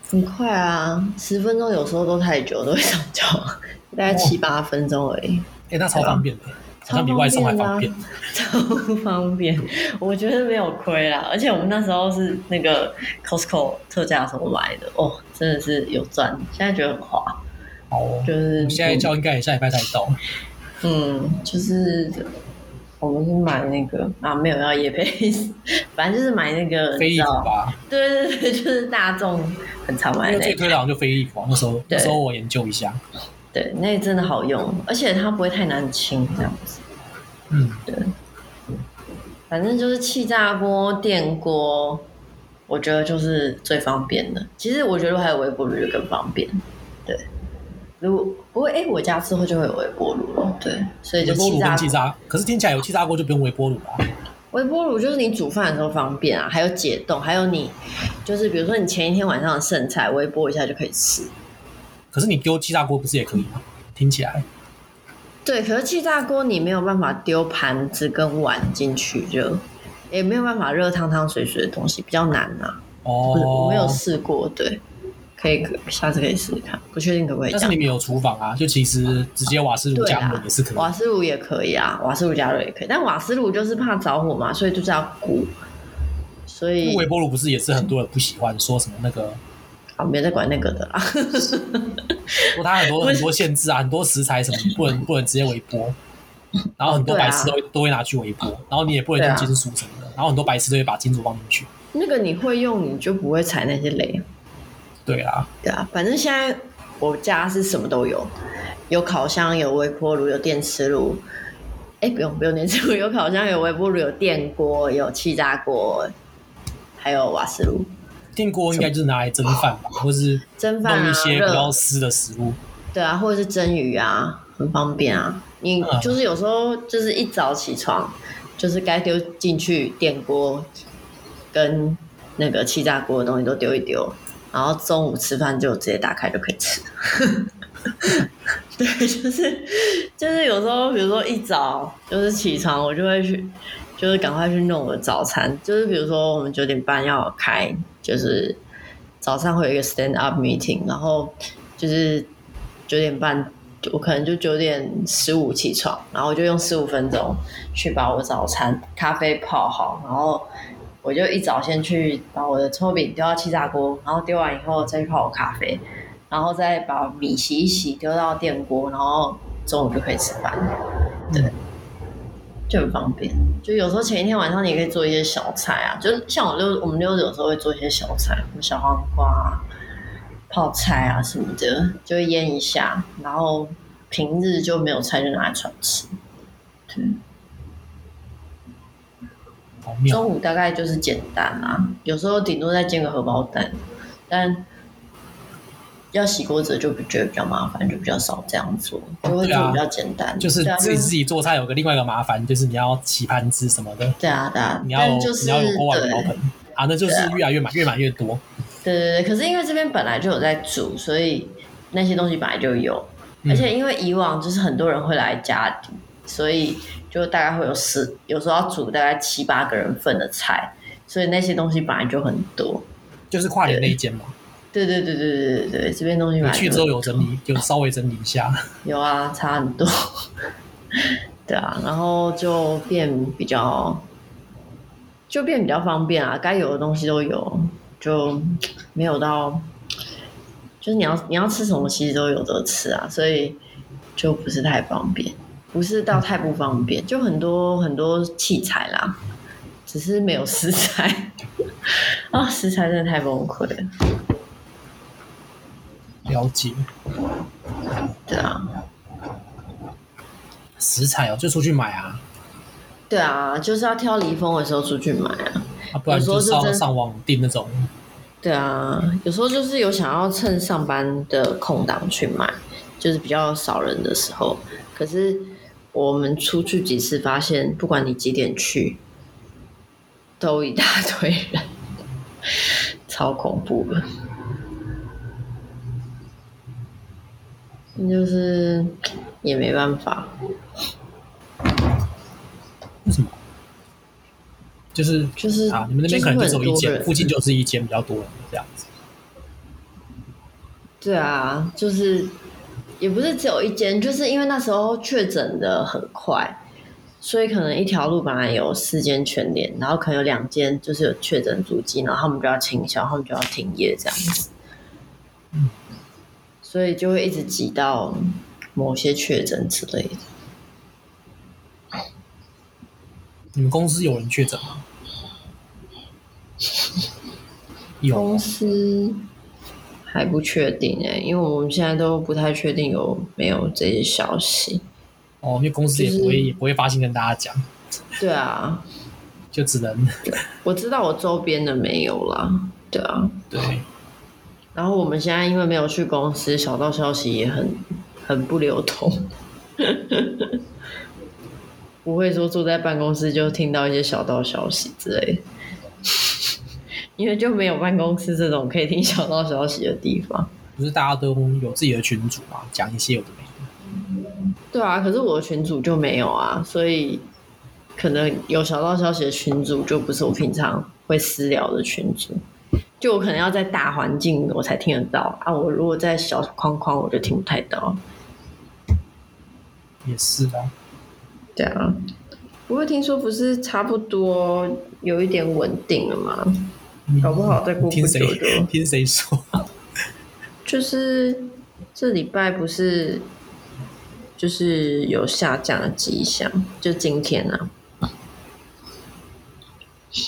Speaker 3: 很快啊，十分钟有时候都太久，都会上焦， 大
Speaker 1: 哦
Speaker 3: 概七八分钟而已。
Speaker 1: 哎、那超方便的、好
Speaker 3: 啊
Speaker 1: 像比外送还方便。
Speaker 3: 超方便， 我觉得没有亏啦。而且我们那时候是那个 Costco 特价的时候买的，哦，真的是有赚，现在觉得很划，
Speaker 1: 好、哦，
Speaker 3: 就是
Speaker 1: 我现在叫应该也下礼拜才到。
Speaker 3: 嗯，就是我们是买那个啊，没有要也配， 反正就是买那个，
Speaker 1: 飞
Speaker 3: 你
Speaker 1: 利
Speaker 3: 知
Speaker 1: 浦
Speaker 3: 道，
Speaker 1: 吧，
Speaker 3: 对对对，就是大众很常
Speaker 1: 因
Speaker 3: 买
Speaker 1: 为
Speaker 3: 的那
Speaker 1: 最
Speaker 3: 个，
Speaker 1: 推的好像就飞利浦啊。那时候
Speaker 3: 对
Speaker 1: 那时候我研究一下，
Speaker 3: 对，那个真的好用，而且它不会太难清这样子。
Speaker 1: 嗯，
Speaker 3: 反正就是气炸锅、电锅，我觉得就是最方便的。其实我觉得还有微波炉就更方便。对，如果不过哎、诶我家之后就会有微波炉了，对，所以就
Speaker 1: 微波
Speaker 3: 气
Speaker 1: 炉
Speaker 3: 炸
Speaker 1: 跟气炸，可是听起来有气炸锅就不用微波炉啊了、
Speaker 3: 微波炉就是你煮饭的时候方便啊，还有解冻，还有你就是比如说你前一天晚上的剩菜微波一下就可以吃。
Speaker 1: 可是你丢气炸锅不是也可以吗？听起来
Speaker 3: 对，可是气炸锅你没有办法丢盘子跟碗进去热，也没有办法热汤汤水水的东西，比较难啊。不是，我
Speaker 1: 哦
Speaker 3: 没，有试过，对，可以下次可以试试看，不确定可不可以
Speaker 1: 但
Speaker 3: 这
Speaker 1: 是你
Speaker 3: 样。
Speaker 1: 们有厨房啊，就其实直接瓦斯炉
Speaker 3: 对
Speaker 1: 加
Speaker 3: 啊
Speaker 1: 热也是可以。
Speaker 3: 瓦斯炉也可以啊，瓦斯炉加热也可以，但瓦斯炉就是怕着火嘛，所以就是要鼓，所以
Speaker 1: 微波炉不是也是很多人不喜欢，说什么那个
Speaker 3: 啊没有在管那个的啦。
Speaker 1: 说它很多很多限制啊，很多食材什么不 能不能直接微波，然后很多
Speaker 3: 对啊啊
Speaker 1: 白痴都会、都会拿去微波，然后你也不能用金属什么的，然后很多白痴都会把金属放进去。
Speaker 3: 那个你会用，你就不会踩那些雷，
Speaker 1: 对啊，
Speaker 3: 对啊。反正现在我家是什么都有，有烤箱，有微波炉，有电磁炉。哎，不用不用电磁炉，有烤箱，有微波炉，有电锅，有气炸锅，还有瓦斯炉。
Speaker 1: 电锅应该就是拿来蒸饭吧，或是
Speaker 3: 蒸饭
Speaker 1: 弄
Speaker 3: 啊
Speaker 1: 一些
Speaker 3: 热
Speaker 1: 比较湿的食物。
Speaker 3: 对啊，或者是蒸鱼啊，很方便啊。你
Speaker 1: 嗯
Speaker 3: 就是有时候就是一早起床，就是该丢进去电锅跟那个气炸锅的东西都丢一丢，然后中午吃饭就直接打开就可以吃。 对，就是就是有时候，比如说一早就是起床，我就会去，就是赶快去弄我的早餐。就是比如说我们九点半要开，就是早上会有一个 stand up meeting，然后就是九点半，我可能就九点十五起床，然后我就用十五分钟去把我早餐咖啡泡好，然后我就一早先去把我的葱饼丢到气炸锅，然后丢完以后再去泡我咖啡，然后再把米洗一洗丢到电锅，然后中午就可以吃饭了，对。就很方便，就有时候前一天晚上你也可以做一些小菜啊，就是像我六我们六日有时候会做一些小菜，什么小黄瓜啊、泡菜啊什么的，就会腌一下，然后平日就没有菜就拿来串吃。对，
Speaker 1: 好妙，
Speaker 3: 中午大概就是简单啊，有时候顶多再煎个荷包蛋，但要洗锅子就觉得比较麻烦，就比较少这样做，就会
Speaker 1: 对啊
Speaker 3: 做比较简单，
Speaker 1: 就是
Speaker 3: 对啊
Speaker 1: 自己自己做菜有个另外一个麻烦，就是你要洗盘子什么的，
Speaker 3: 对啊对啊，
Speaker 1: 你要
Speaker 3: 但就
Speaker 1: 你
Speaker 3: 是
Speaker 1: 要有锅碗瓢
Speaker 3: 对
Speaker 1: 盆啊，那就是
Speaker 3: 对
Speaker 1: 越
Speaker 3: 啊
Speaker 1: 来越满，越满越多。
Speaker 3: 对对对，可是因为这边本来就有在煮，所以那些东西本来就有，
Speaker 1: 嗯
Speaker 3: 而且因为以往就是很多人会来家里，所以就大概会有十，有时候要煮大概七八个人份的菜，所以那些东西本来就很多。
Speaker 1: 就是跨年那一间嘛，
Speaker 3: 对对对对对对对，这边东西
Speaker 1: 你
Speaker 3: 本来就
Speaker 1: 去之后有整理，有稍微整理一下。
Speaker 3: 有啊，差很多。 对啊，然后就变比较，就变比较方便啊，该有的东西都有，就没有到，就是你要你要吃什么，其实都有得吃啊，所以就不是太方便，不是到太不方便，就很多很多器材啦，只是没有食材 啊，食材真的太崩溃了。
Speaker 1: 了解
Speaker 3: 对啊，
Speaker 1: 食材哦，就出去买啊，
Speaker 3: 对啊，就是要挑离峰的时候出去买啊。
Speaker 1: 啊不然就
Speaker 3: 有时候
Speaker 1: 上
Speaker 3: 就真
Speaker 1: 上网订那种。
Speaker 3: 对啊，有时候就是有想要趁上班的空档去买，就是比较少人的时候。可是我们出去几次，发现不管你几点去，都一大堆人，超恐怖的。那就是也没办法，
Speaker 1: 为什么？就是
Speaker 3: 就是
Speaker 1: 啊，你们那边
Speaker 3: 是
Speaker 1: 可能就
Speaker 3: 会
Speaker 1: 只有
Speaker 3: 很
Speaker 1: 一
Speaker 3: 多
Speaker 1: 间，
Speaker 3: 人
Speaker 1: 附近就是一间比较多人这样子。
Speaker 3: 对啊，就是也不是只有一间，就是因为那时候确诊的很快，所以可能一条路本来有四间全联，然后可能有两间就是有确诊足迹，然后他们就要清销，他们就要停业这样子，所以就会一直挤到某些确诊之类的。
Speaker 1: 你们公司有人确诊 吗？有啊
Speaker 3: 公司还不确定哎、因为我们现在都不太确定有没有这些消息。
Speaker 1: 哦，因为公司也不
Speaker 3: 就
Speaker 1: 会
Speaker 3: 是
Speaker 1: 也不会发信跟大家讲，
Speaker 3: 对啊，
Speaker 1: 就只 能
Speaker 3: 我知道我周边的没有啦，对啊。
Speaker 1: 对
Speaker 3: 然后我们现在因为没有去公司，小道消息也很很不流通，不会说坐在办公室就听到一些小道消息之类的， 因为就没有办公室这种可以听小道消息的地方。
Speaker 1: 不是大家都有自己的群组嘛，讲一些有的没的。
Speaker 3: 对啊，可是我的群主就没有啊，所以可能有小道消息的群主就不是我平常会私聊的群主，就我可能要在大环境我才听得到啊，我如果在小框框我就听不太到。
Speaker 1: 也是啊，
Speaker 3: 对啊，不过听说不是差不多有一点稳定了吗？搞不好再过不
Speaker 1: 听
Speaker 3: 久
Speaker 1: 谁
Speaker 3: 就
Speaker 1: 听谁 说？
Speaker 3: 就是这礼拜不是就是有下降的迹象，就今天啊，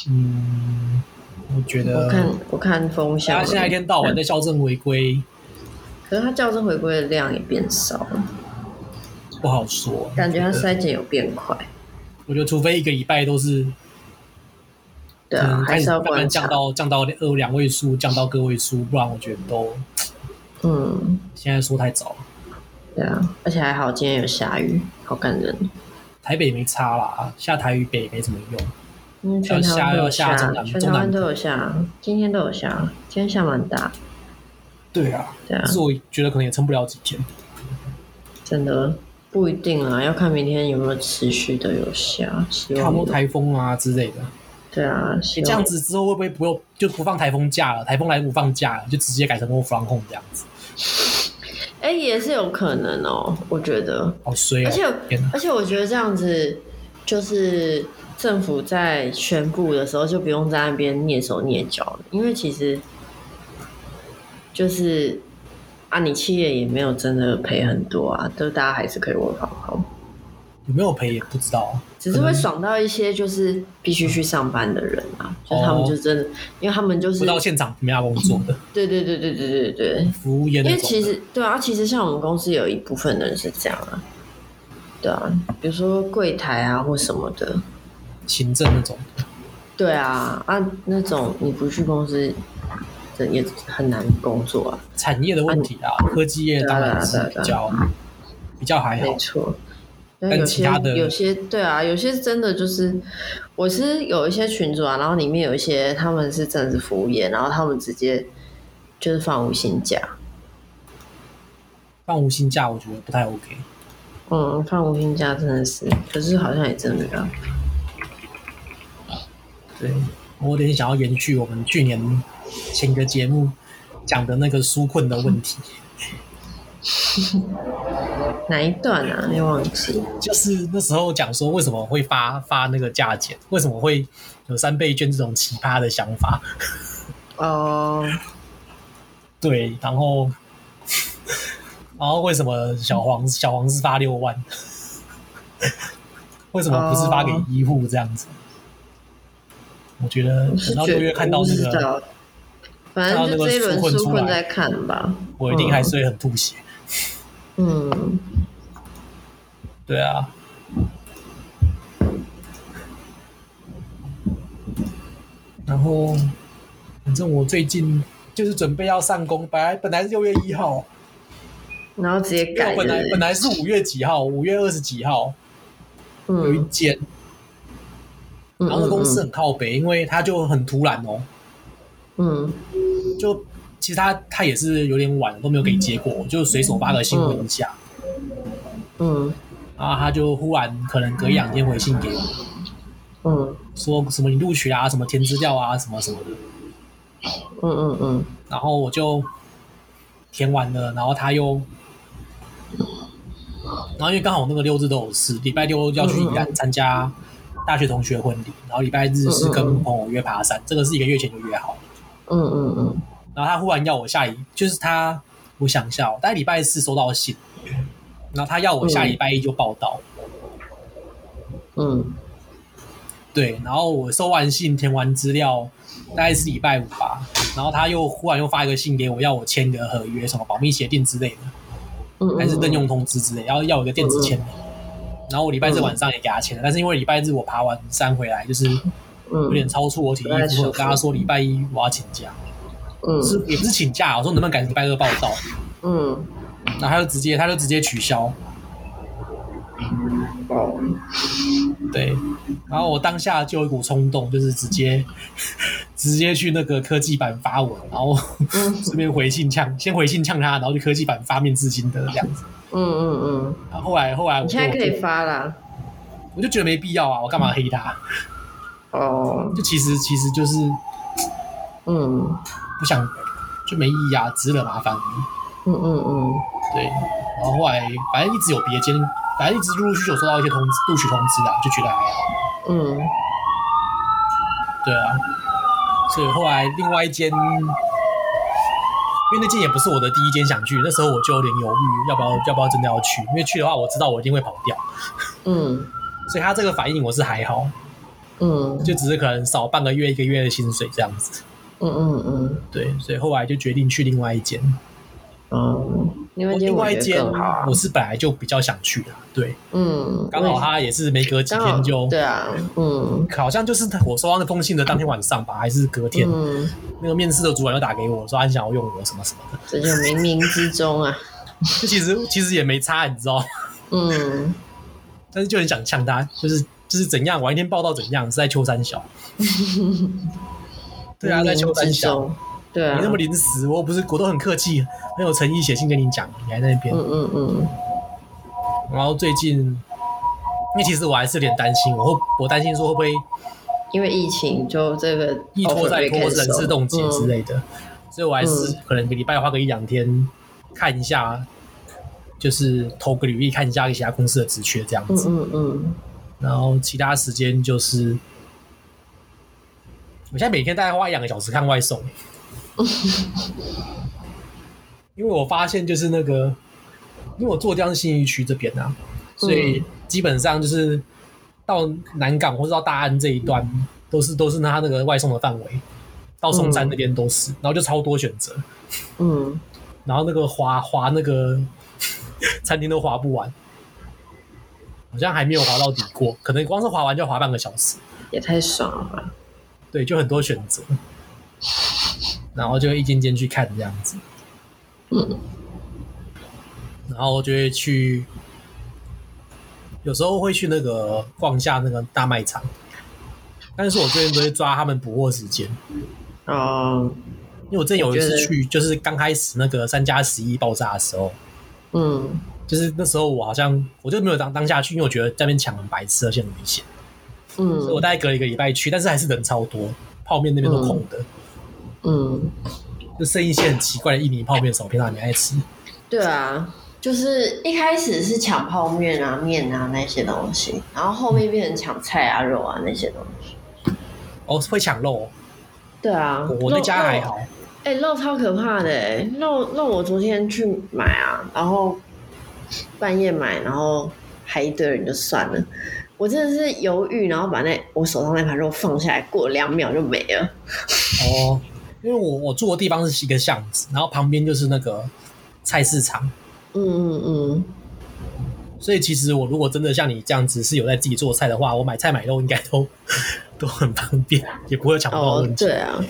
Speaker 1: 嗯，我觉
Speaker 3: 我看
Speaker 1: 得
Speaker 3: 我看风向
Speaker 1: 大
Speaker 3: 了，
Speaker 1: 啊家现在一天到晚在校正违规，
Speaker 3: 可是它校正回归的量也变少了，
Speaker 1: 不好说。
Speaker 3: 感觉它筛检有变快。
Speaker 1: 我觉得除非一个礼拜都是
Speaker 3: 对啊，
Speaker 1: 嗯
Speaker 3: 还
Speaker 1: 开
Speaker 3: 是
Speaker 1: 始
Speaker 3: 要
Speaker 1: 慢慢
Speaker 3: 观
Speaker 1: 降
Speaker 3: 察。
Speaker 1: 到降到二两位数，降到个位数，不然我觉得都
Speaker 3: 嗯，
Speaker 1: 现在说太早了。
Speaker 3: 对啊，而且还好今天有下雨，好感人。
Speaker 1: 台北没差啦，下台雨北没什么用。
Speaker 3: 嗯，全台湾都有
Speaker 1: 要下中南
Speaker 3: 全
Speaker 1: 中
Speaker 3: 台
Speaker 1: 南
Speaker 3: 湾都有下，今天都有下，今天下蛮大。
Speaker 1: 对啊，
Speaker 3: 对啊
Speaker 1: 可，是我觉得可能也撑不了几天。
Speaker 3: 真的不一定啊，要看明天有没有持续的有下，希
Speaker 1: 看有
Speaker 3: 望
Speaker 1: 没
Speaker 3: 有
Speaker 1: 有台风啊之类的。
Speaker 3: 对啊，希
Speaker 1: 你
Speaker 3: 望
Speaker 1: 这样子之后会不会不用就不放台风假了？台风来不放假了，就直接改成 work from home 这样子？
Speaker 3: 哎、也是有可能哦，我觉得，
Speaker 1: 好衰哦！
Speaker 3: 而且
Speaker 1: 天哪，
Speaker 3: 而且我觉得这样子就是政府在宣布的时候就不用在那边蹑手蹑脚了，因为其实就是啊，你企业也没有真的赔很多啊，都大家还是可以 work from home
Speaker 1: 有没有赔也不知道。啊
Speaker 3: 只是会
Speaker 1: 嗯
Speaker 3: 爽到一些就是必须去上班的人啊，就是他们就真的，因为他们就是
Speaker 1: 不到现场没办法工作的
Speaker 3: 对对对对对对对，
Speaker 1: 服务业
Speaker 3: 因
Speaker 1: 那
Speaker 3: 为
Speaker 1: 种
Speaker 3: 其
Speaker 1: 的，
Speaker 3: 实对啊，其实像我们公司有一部分人是这样啊，对啊，比如说柜台啊或什么的，
Speaker 1: 行政那种的，
Speaker 3: 对啊啊那种你不去公司，这也很难工作啊，
Speaker 1: 产业的问题啊，
Speaker 3: 嗯
Speaker 1: 科技业当然是比较比较还
Speaker 3: 没
Speaker 1: 好。
Speaker 3: 错。但
Speaker 1: 但
Speaker 3: 有
Speaker 1: 其
Speaker 3: 些
Speaker 1: 他的
Speaker 3: 有些对啊，有些真的就是，我是有一些群主啊，然后里面有一些他们是真的是服务业，然后他们直接就是放无薪假，
Speaker 1: 放无薪假我觉得不太 OK。
Speaker 3: 嗯，放无薪假真的是，可是好像也真的没办法。
Speaker 1: 对我有点想要延续我们去年前个节目讲的那个纾困的问题，
Speaker 3: 哪一段啊？没忘记。
Speaker 1: 就是那时候讲说为什么会发发那个价钱，为什么会有三倍券这种奇葩的想法。
Speaker 3: 哦，
Speaker 1: 对，然后然后为什么小黄小黄是发六万？为什么不是发给医护这样子？我觉得
Speaker 3: 我是
Speaker 1: 等到
Speaker 3: 觉
Speaker 1: 六
Speaker 3: 得
Speaker 1: 月看到
Speaker 3: 哦我不
Speaker 1: 那
Speaker 3: 知
Speaker 1: 个，
Speaker 3: 道反正就这一轮纾困再看吧。
Speaker 1: 我一定还是会很吐血。
Speaker 3: 嗯，
Speaker 1: 对啊，然后反正我最近就是准备要上工，本来本来是六月一号，
Speaker 3: 然后直接
Speaker 1: 因为
Speaker 3: 改
Speaker 1: 我本来本
Speaker 3: 的。
Speaker 1: 来是五月几号，五月二十几号有一
Speaker 3: 嗯，
Speaker 1: 间，
Speaker 3: 然
Speaker 1: 然后那公司很靠北，因为他就很突然哦，
Speaker 3: 嗯
Speaker 1: 就其实他他也是有点晚，都没有给结果，就随手发个新闻一下，
Speaker 3: 嗯
Speaker 1: 然后他就忽然可能隔一两天回信给我，
Speaker 3: 嗯
Speaker 1: 说什么你录取啦、什么填资料啊，什么什么的，
Speaker 3: 嗯嗯嗯
Speaker 1: 然后我就填完了，然后他又。然后因为刚好我那个六日都有事，礼拜六要去宜兰参加大学同学婚礼，然后礼拜日是跟朋友约爬山，这个是一个月前就约好了。
Speaker 3: 嗯嗯嗯
Speaker 1: 然后他忽然要我下礼，就是他，我想一下、哦，大概礼拜四收到信，然后他要我下礼拜一就报到，
Speaker 3: 嗯
Speaker 1: 对，然后我收完信填完资料，大概是礼拜五吧，然后他又忽然又发一个信给我，要我签个合约，什么保密协定之类的，
Speaker 3: 嗯，
Speaker 1: 还是任用通知之类，然后要有一个电子签名。然后我礼拜日晚上也给他签了，但是因为礼拜日我爬完山回来，就是
Speaker 3: 嗯
Speaker 1: 有点超出我体力
Speaker 3: 不太
Speaker 1: 负荷，
Speaker 3: 舒服
Speaker 1: 我跟他说礼拜一我要请假，
Speaker 3: 嗯
Speaker 1: 是也不是请假，我说能不能改成礼拜二报到，
Speaker 3: 嗯
Speaker 1: 然后他就直接他就直接取消，
Speaker 3: 哦
Speaker 1: 对，然后我当下就有一股冲动，就是直接直接去那个科技版发文，然后顺便回信呛，先回信呛他，然后去科技版发面自新的这样子。
Speaker 3: 嗯嗯嗯，
Speaker 1: 然后后来后来我
Speaker 3: 你
Speaker 1: 就
Speaker 3: 现在可以发啦。
Speaker 1: 我就觉得没必要啊，我干嘛黑他？
Speaker 3: 哦，
Speaker 1: 就其实其实就是
Speaker 3: 嗯
Speaker 1: 不想，就没意义啊，只惹麻烦而已。
Speaker 3: 嗯嗯嗯，
Speaker 1: 对，然后后来反正一直有别间，反正一直陆陆续续有收到一些通知录取通知啊，就觉得还好。
Speaker 3: 嗯
Speaker 1: 对啊，所以后来另外一间，因为那间也不是我的第一间想去，那时候我就有点犹豫，要不要要不要真的要去，因为去的话我知道我一定会跑掉，
Speaker 3: 嗯
Speaker 1: 所以他这个反应我是还好，
Speaker 3: 嗯
Speaker 1: 就只是可能少半个月一个月的薪水这样子。
Speaker 3: 嗯嗯嗯
Speaker 1: 对，所以后来就决定去另外一间，
Speaker 3: 嗯，因为
Speaker 1: 另
Speaker 3: 我
Speaker 1: 外一
Speaker 3: 觉得
Speaker 1: 间
Speaker 3: 更好啊，
Speaker 1: 我是本来就比较想去的，对，
Speaker 3: 嗯，
Speaker 1: 刚好他也是没隔几
Speaker 3: 刚好
Speaker 1: 天就，
Speaker 3: 对啊，嗯
Speaker 1: 好像就是他我收到那封信的当天晚上吧，还是隔天，
Speaker 3: 嗯，
Speaker 1: 那个面试的主管又打给我说他想要用我什么什么 的，
Speaker 3: 这就冥冥之中啊，
Speaker 1: 就其实其实也没差，你知道吗，
Speaker 3: 嗯，
Speaker 1: 但是就很想呛他，就是就是怎样晚一天报道怎样是在秋山 小，对啊，
Speaker 3: 冥
Speaker 1: 在
Speaker 3: 冥
Speaker 1: 秋山
Speaker 3: 之
Speaker 1: 小，
Speaker 3: 中，对啊
Speaker 1: 你那，么临时，我不是我都很客气，很有诚意写信跟你讲，你还在那边
Speaker 3: 嗯。嗯嗯，
Speaker 1: 然后最近，因为其实我还是有点担心，我会我担心说会不会
Speaker 3: 因为疫情就这个
Speaker 1: 一拖再拖，或者人事冻结之
Speaker 3: 类，
Speaker 1: 类的，所以我还是可能一个礼拜花个一两天看一下，就是投个履历看一下其他公司的职缺这样
Speaker 3: 嗯
Speaker 1: 子。
Speaker 3: 嗯嗯
Speaker 1: 然后其他时间就是，我现在每天大概花一两个小时看外送，因为我发现就是那个，因为我坐的地方是信义区这边啊，所以基本上就是到南港或者到大安这一段都是都是他那个外送的范围，到松山那边都是，然后就超多选择，
Speaker 3: 嗯
Speaker 1: 然后那个划划那个 餐厅都划不完，好像还没有划到底过，可能光是划完就要划半个小时，
Speaker 3: 嗯，也太爽了吧，
Speaker 1: 对，就很多选择，然后就一间间去看这样子，
Speaker 3: 嗯
Speaker 1: 然后就会去，有时候会去那个逛一下那个大卖场，但是我最近都会抓他们补货时间，
Speaker 3: 哦，
Speaker 1: 因为我之前有一次
Speaker 3: 我觉得
Speaker 1: 去，就是刚开始那个三加十一爆炸的时候，
Speaker 3: 嗯
Speaker 1: 就是那时候我好像我就没有当当下去，因为我觉得在那边抢很白痴，而且很危险。所以我
Speaker 3: 嗯
Speaker 1: 大概隔了一个礼拜去，但是还是人超多，泡面那边都空的，
Speaker 3: 嗯，
Speaker 1: 就剩一些很奇怪的印尼泡面手片，让你爱吃。
Speaker 3: 对啊。就是一开始是抢泡面啊、面啊那些东西，然后后面变成抢菜啊、肉啊那些东西。
Speaker 1: 哦，会抢肉，
Speaker 3: 对啊，
Speaker 1: 我我那家
Speaker 3: 肉
Speaker 1: 还好。
Speaker 3: 哎、肉超可怕的、欸，肉肉我昨天去买啊，然后半夜买，然后还一堆人就算了，我真的是犹豫，然后把那我手上那盘肉放下来，过了两秒就没了。
Speaker 1: 哦，因为我我住的地方是一个巷子，然后旁边就是那个菜市场，
Speaker 3: 嗯嗯
Speaker 1: 所以其实我如果真的像你这样子是有在自己做菜的话，我买菜买肉应该都 都很方便，也不会有抢
Speaker 3: 嗯，
Speaker 1: 不到的
Speaker 3: 哦
Speaker 1: 问，题。
Speaker 3: 对啊，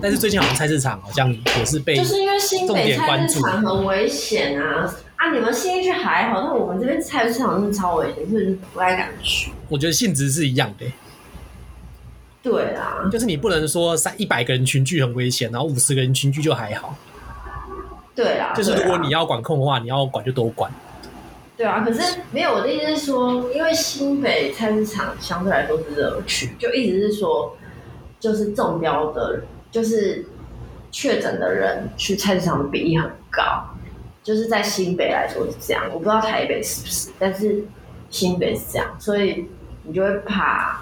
Speaker 1: 但是最近好像菜市场好像也是被
Speaker 3: 就是因为新
Speaker 1: 哎重
Speaker 3: 北
Speaker 1: 点
Speaker 3: 菜
Speaker 1: 关
Speaker 3: 市
Speaker 1: 注
Speaker 3: 场很危险啊啊！你们新一区还好，但我们这边菜市场真的超危险，所以就不太敢去。
Speaker 1: 我觉得性质是一样的欸、
Speaker 3: 对啊，
Speaker 1: 就是你不能说三一百个人群聚很危险，然后五十个人群聚就还好。
Speaker 3: 对啊，
Speaker 1: 就是如
Speaker 3: 对
Speaker 1: 果
Speaker 3: 啊
Speaker 1: 你要管控的话，你要管就多管。
Speaker 3: 对啊，可是没有，我的意思是说，因为新北菜市场相对来说是热区，就一直是说，就是中标的，就是确诊的人去菜市场的比例很高，就是在新北来说是这样，我不知道台北是不是，但是新北是这样，所以你就会怕，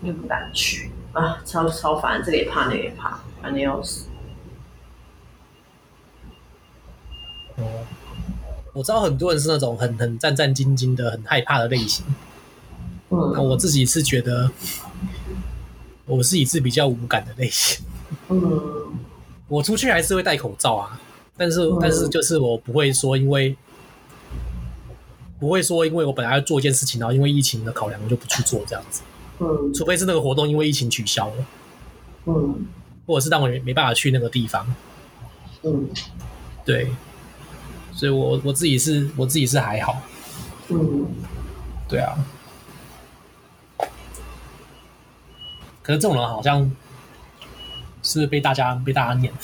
Speaker 3: 你就不敢去啊，超超烦，这个也怕，那个也怕，烦的要死。
Speaker 1: 我知道很多人是那种很很战战兢兢的、很害怕的类型。那
Speaker 3: 嗯
Speaker 1: 我自己是觉得，我自己是比较无感的类型。
Speaker 3: 嗯
Speaker 1: 我出去还是会戴口罩啊，但是但是就是我不会说因为不会说因为我本来要做一件事情，然后因为疫情的考量我就不去做这样子，
Speaker 3: 嗯
Speaker 1: 除非是那个活动因为疫情取消了，
Speaker 3: 嗯
Speaker 1: 或者是让我没没办法去那个地方。
Speaker 3: 嗯
Speaker 1: 对，所以我我自己是我自己是还好。
Speaker 3: 嗯，
Speaker 1: 对啊。可是这种人好像是不是被大家被大家念。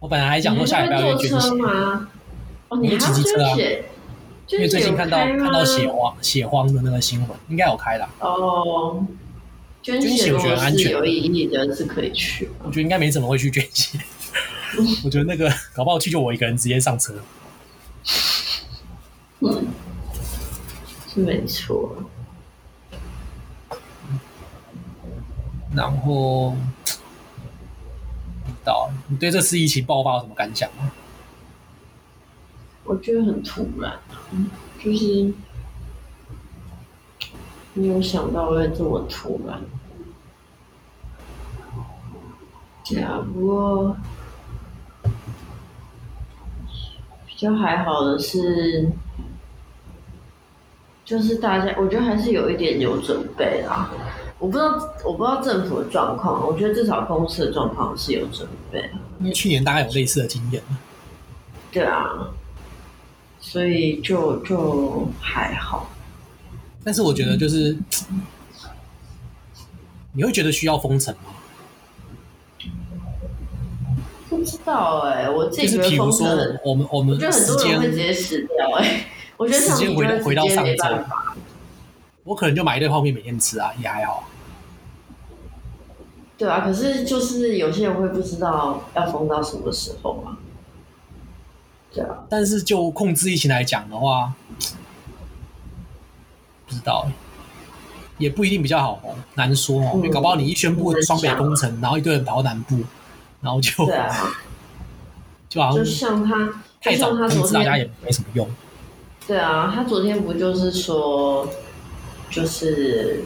Speaker 1: 我本来还想说下礼拜
Speaker 3: 你
Speaker 1: 会
Speaker 3: 还
Speaker 1: 捐
Speaker 3: 是会坐
Speaker 1: 血
Speaker 3: 车，吗？哦，
Speaker 1: 我
Speaker 3: 你
Speaker 1: 会
Speaker 3: 还
Speaker 1: 骑
Speaker 3: 要
Speaker 1: 机
Speaker 3: 捐
Speaker 1: 车啊
Speaker 3: 血？
Speaker 1: 因
Speaker 3: 因
Speaker 1: 为最近看到看到血哦荒血荒的那个新闻，应该有开啦。
Speaker 3: 哦，捐
Speaker 1: 捐血
Speaker 3: 血
Speaker 1: 我觉得
Speaker 3: 如果
Speaker 1: 安全啊
Speaker 3: 是有意义的，是可以去。
Speaker 1: 我觉得应该没怎么会去捐血。 我觉得那个搞不好去就我一个人直接上车。
Speaker 3: 是没错，
Speaker 1: 然后不知道你对这次疫情爆发有什么感想吗？
Speaker 3: 我觉得很突然啊，就是没有想到会这么突然。对啊，不过就还好的是，就是大家我觉得还是有一点有准备啦。我不知道我不知道政府的状况，我觉得至少公司的状况是有准备。
Speaker 1: 因为去年大概有类似的经验，
Speaker 3: 对啊，所以就就还好。
Speaker 1: 但是我觉得就是，你会觉得需要封城吗？
Speaker 3: 不知道哎、我自
Speaker 1: 就
Speaker 3: 己
Speaker 1: 是
Speaker 3: 觉得
Speaker 1: 比如
Speaker 3: 封
Speaker 1: 说
Speaker 3: 城很，
Speaker 1: 我们我
Speaker 3: 我觉
Speaker 1: 们
Speaker 3: 得很
Speaker 1: 时
Speaker 3: 多人会直
Speaker 1: 间，
Speaker 3: 接死掉哎、我觉得像
Speaker 1: 时间
Speaker 3: 你
Speaker 1: 回
Speaker 3: 就
Speaker 1: 到
Speaker 3: 是
Speaker 1: 回到
Speaker 3: 直接
Speaker 1: 上
Speaker 3: 没
Speaker 1: 周
Speaker 3: 办法，
Speaker 1: 我可能就买一堆泡面每天吃啊，也还好。
Speaker 3: 对啊。可是就是有些人会不知道要封到什么时候啊。对啊，
Speaker 1: 但是就控制疫情来讲的话，不知道欸，也不一定比较好哦，难说哦。
Speaker 3: 嗯
Speaker 1: 因为搞不好你一宣布
Speaker 3: 很难
Speaker 1: 双北
Speaker 3: 讲
Speaker 1: 工程，然后一堆人跑到南部，然后就
Speaker 3: 对啊，
Speaker 1: 就好
Speaker 3: 就
Speaker 1: 像
Speaker 3: 像他，就
Speaker 1: 太早
Speaker 3: 像他
Speaker 1: 通
Speaker 3: 昨
Speaker 1: 知大家
Speaker 3: 天
Speaker 1: 也没什么用。
Speaker 3: 对啊，他昨天不就是说，就是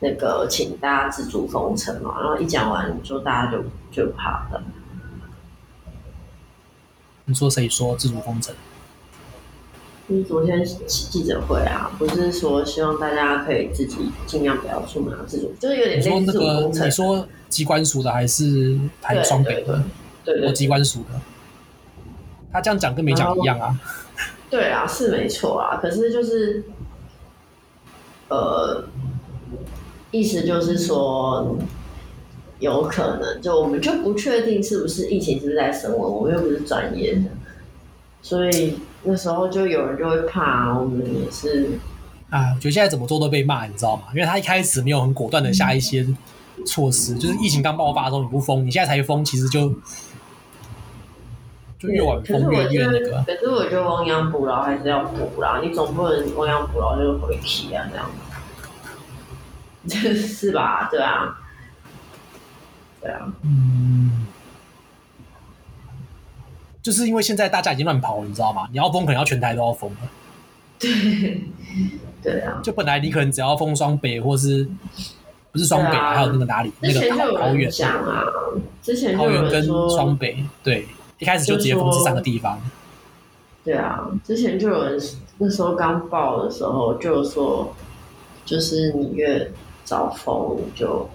Speaker 3: 那个请大家自主封城嘛，然后一讲完就大家就就怕了。
Speaker 1: 你说谁说自主封城？
Speaker 3: 就是昨天记者会啊，不是说希望大家可以自己尽量不要出门啊，自主就是有点
Speaker 1: 你说
Speaker 3: 类
Speaker 1: 那
Speaker 3: 似自主封
Speaker 1: 个
Speaker 3: 城
Speaker 1: 你，说机关署的还是还
Speaker 3: 对
Speaker 1: 是双北的？
Speaker 3: 对对
Speaker 1: 我
Speaker 3: 对
Speaker 1: 机关署的，他这样讲跟没讲一样啊。
Speaker 3: 对啊，是没错啊，可是就是，呃，意思就是说，有可能就我们就不确定是不是疫情是不是在升温，我们又不是专业的，所以那时候就有人就会怕，我们也是
Speaker 1: 啊，我觉得现在怎么做都被骂，你知道吗？因为他一开始没有很果断的下一些措施，
Speaker 3: 嗯
Speaker 1: 就是疫情刚爆发的时候你不封，你现在才封，其实就就越晚
Speaker 3: 可是
Speaker 1: 封
Speaker 3: 我
Speaker 1: 越越
Speaker 3: 觉
Speaker 1: 那
Speaker 3: 得，
Speaker 1: 个啊。
Speaker 3: 可是我觉得亡羊补牢还是要补啦，你总不能亡羊补牢就是回去啊，这样， 是吧？对啊，对啊，
Speaker 1: 嗯，就是因为现在大家已经乱跑了，你知道吗？你要封可能要全台都要封了。
Speaker 3: 对啊。
Speaker 1: 就本来你可能只要封双北，或是不是双北，
Speaker 3: 对啊
Speaker 1: 还有那个哪里，
Speaker 3: 之
Speaker 1: 那个
Speaker 3: 前就
Speaker 1: 桃
Speaker 3: 有
Speaker 1: 桃园
Speaker 3: 人，讲啊，之前就
Speaker 1: 桃
Speaker 3: 有
Speaker 1: 园
Speaker 3: 人
Speaker 1: 跟双
Speaker 3: 说，
Speaker 1: 北，对，一开始就直接封这三个地方。
Speaker 3: 对啊，之前就有人那时候刚报的时候就有说，就是你越早封你就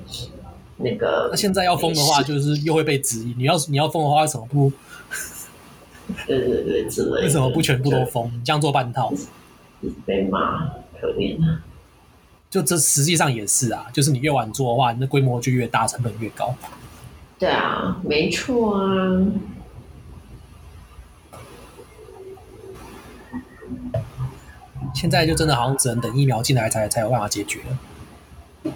Speaker 3: 那个
Speaker 1: 那，现在要封的话，就是又会被质疑。你要你要封的话，为什么不
Speaker 3: 对对对之类的，
Speaker 1: 为什么不全部都
Speaker 3: 就
Speaker 1: 封？你这样做半套，
Speaker 3: 被骂？可怜啊。
Speaker 1: 就这实际上也是啊，就是你越晚做的话，你的规模就越大，成本越高。
Speaker 3: 对啊，没错啊。
Speaker 1: 现在就真的好像只能等疫苗进来才才有办法解决了。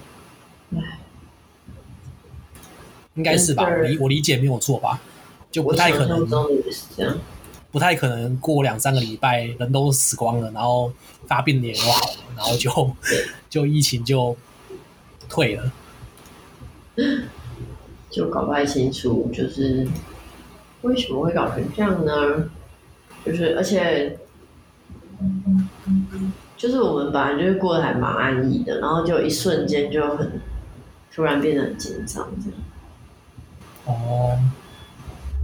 Speaker 1: 应该是吧？
Speaker 3: 真的
Speaker 1: 我理我理解没有错吧？就不
Speaker 3: 我
Speaker 1: 太
Speaker 3: 想
Speaker 1: 可能
Speaker 3: 象中也是这样。
Speaker 1: 不太可能过两三个礼拜人都死光了，然后发病的也都好了，然后就就疫情就退了。
Speaker 3: 就搞不太清楚，就是为什么会搞成这样呢？就是而且，就是我们本来就是过得还蛮安逸的，然后就一瞬间就很突然变得很紧张，这样。
Speaker 1: 哦，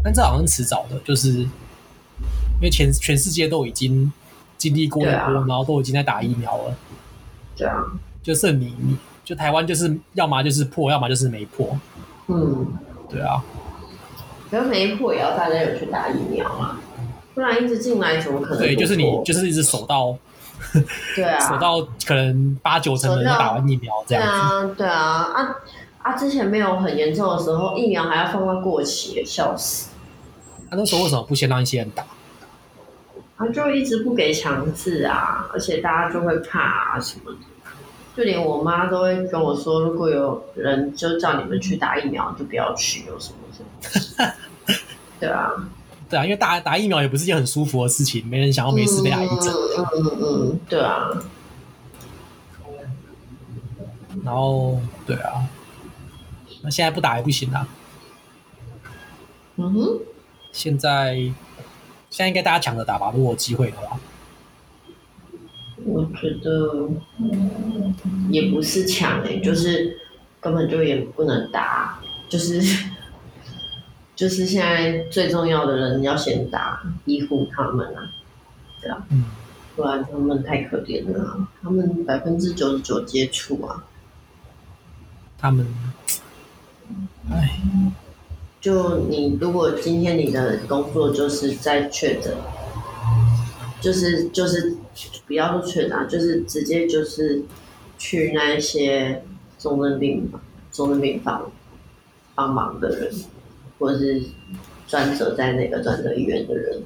Speaker 1: 但这好像迟早的，就是因为全全世界都已经经历过一波，
Speaker 3: 对啊
Speaker 1: 然后都已经在打疫苗了，
Speaker 3: 对啊，
Speaker 1: 就剩你你就台湾就是要么就是破，要么就是没破，
Speaker 3: 嗯，
Speaker 1: 对啊。
Speaker 3: 可是没破也要大家有去打疫苗啊，不然一直进来怎么可能？
Speaker 1: 对，就是你，就是一直守到
Speaker 3: 对啊，
Speaker 1: 守到可能八九成的人都打完疫苗这
Speaker 3: 对
Speaker 1: 样子。
Speaker 3: 啊，对啊，啊啊！之前没有很严重的时候，疫苗还要放到过期，笑死！
Speaker 1: 那、那时候为什么不先让一些人打？
Speaker 3: 啊，就一直不给强制啊，而且大家就会怕啊什么的。就连我妈都会跟我说，如果有人就叫你们去打疫苗，就不要去，有什么什么。 对啊，
Speaker 1: 对啊，因为打打疫苗也不是一件很舒服的事情，没人想要没事被打一针。
Speaker 3: 嗯嗯嗯嗯，对啊，嗯
Speaker 1: 然后，对啊，那现在不打也不行啊。
Speaker 3: 嗯哼，
Speaker 1: 现在现在应该大家抢着打吧，如果有机会的话。
Speaker 3: 我觉得也不是欸抢哎、就是根本就也不能打，就是就是现在最重要的人，你要先打医护他们啊，对啊，
Speaker 1: 嗯
Speaker 3: 不然他们太可怜了啊、他们百分之九十九接触啊，
Speaker 1: 他们，哎，
Speaker 3: 就你如果今天你的工作就是在确诊，就是就是不要说确诊啊，就是直接就是去那一些重症病重症病房帮忙的人，或者是专责在那个专责医院的人，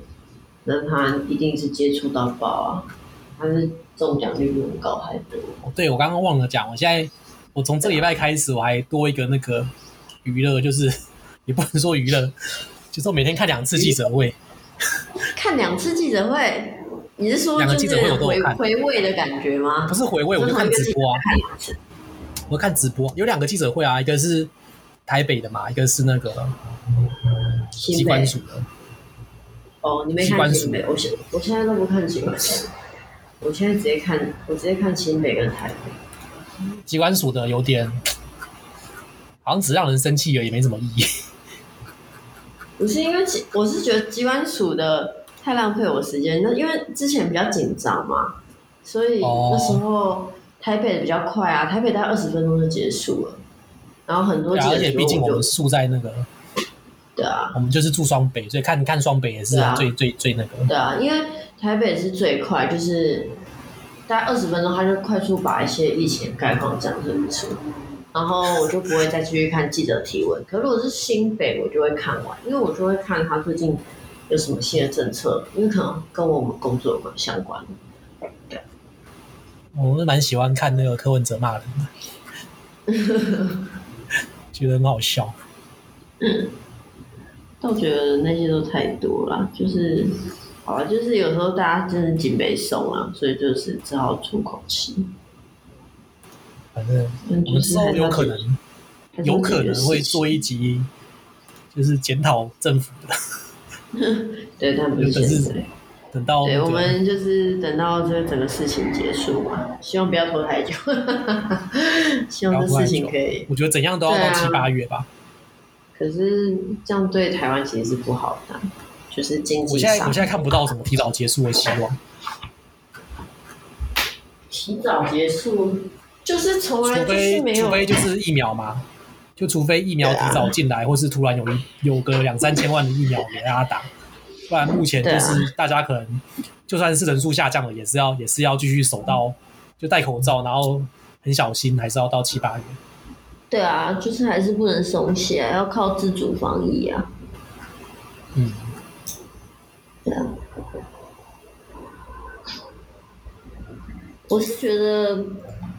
Speaker 3: 那他一定是接触到爆啊，他是中奖率比我们高还多。
Speaker 1: 对我刚刚忘了讲，我现在我从这个礼拜开始，我还多一个那个娱乐，就是 也不能说娱乐，就是我每天看两次记者会，
Speaker 3: 看两次记者会，你是说
Speaker 1: 两个
Speaker 3: 就
Speaker 1: 记
Speaker 3: 是
Speaker 1: 者会我都
Speaker 3: 回
Speaker 1: 有看
Speaker 3: 回味的感觉吗？
Speaker 1: 不是回味，我就看直播啊，
Speaker 3: 看两次。
Speaker 1: 我看直播有两个记者会啊，一个是台北的嘛，一个是那个机
Speaker 3: 新北
Speaker 1: 关署的，
Speaker 3: 哦，你没
Speaker 1: 机关
Speaker 3: 看
Speaker 1: 署
Speaker 3: 新北，我现我现在都不看新北，我现在直接看，我直接看新北跟台北。
Speaker 1: 机关署的有点好像只让人生气而已，没什么意义。
Speaker 3: 不是因为机我是觉得机关署的太浪费我时间，那因为之前比较紧张嘛，所以
Speaker 1: 哦
Speaker 3: 那时候台北的比较快啊，台北大概二十分钟就结束了，然后很多
Speaker 1: 对啊
Speaker 3: 记者
Speaker 1: 而且毕竟我
Speaker 3: 就
Speaker 1: 们住在那个，
Speaker 3: 对啊
Speaker 1: 我们就是住双北，所以看看双北也是
Speaker 3: 对啊
Speaker 1: 最最最那个。
Speaker 3: 对啊，因为台北是最快，就是大概二十分钟，他就快速把一些疫情的概况讲清楚，然后我就不会再继续看记者提问。可如果是新北，我就会看完，因为我就会看他最近有什么新的政策，因为可能跟我们工作有关相关。
Speaker 1: 我是蛮喜欢看那个柯文哲骂人的， 觉得很好笑。
Speaker 3: 但我觉得那些都太多了，就是好了，就是有时候大家真的紧没松啊，所以就是只好出口气。
Speaker 1: 反正
Speaker 3: 嗯
Speaker 1: 我们之后有可能，
Speaker 3: 还是要
Speaker 1: 有可
Speaker 3: 解决
Speaker 1: 能
Speaker 3: 事
Speaker 1: 会
Speaker 3: 情
Speaker 1: 做一集，就是检讨政府的。
Speaker 3: 对，但不是
Speaker 1: 可是
Speaker 3: 现在。
Speaker 1: 等到
Speaker 3: 对，
Speaker 1: 那个
Speaker 3: 我们就是等到这整个事情结束嘛，希望不要拖太久， 希望这事情可以。
Speaker 1: 我觉得怎样都要
Speaker 3: 对
Speaker 1: 到
Speaker 3: 啊
Speaker 1: 七八月吧。
Speaker 3: 可是这样对台湾其实是不好的，就是经
Speaker 1: 我
Speaker 3: 济
Speaker 1: 现在
Speaker 3: 上。
Speaker 1: 我现在看不到什么提早结束的希望，
Speaker 3: 提早结束，哦就是从
Speaker 1: 除
Speaker 3: 来就是
Speaker 1: 非
Speaker 3: 没
Speaker 1: 除
Speaker 3: 有
Speaker 1: 非就是疫苗嘛， 就除非疫苗
Speaker 3: 对啊
Speaker 1: 提早进来，或是突然有一有个两三千万的疫苗给大家打，不然目前就
Speaker 3: 对啊
Speaker 1: 是大家可能就算是人数下降了，也是要也是要继续守
Speaker 3: 嗯
Speaker 1: 到就戴口罩，然后很小心，还是要到七八月。
Speaker 3: 对啊，就是还是不能松懈，要靠自主防疫啊。
Speaker 1: 嗯，
Speaker 3: 对啊，我是觉得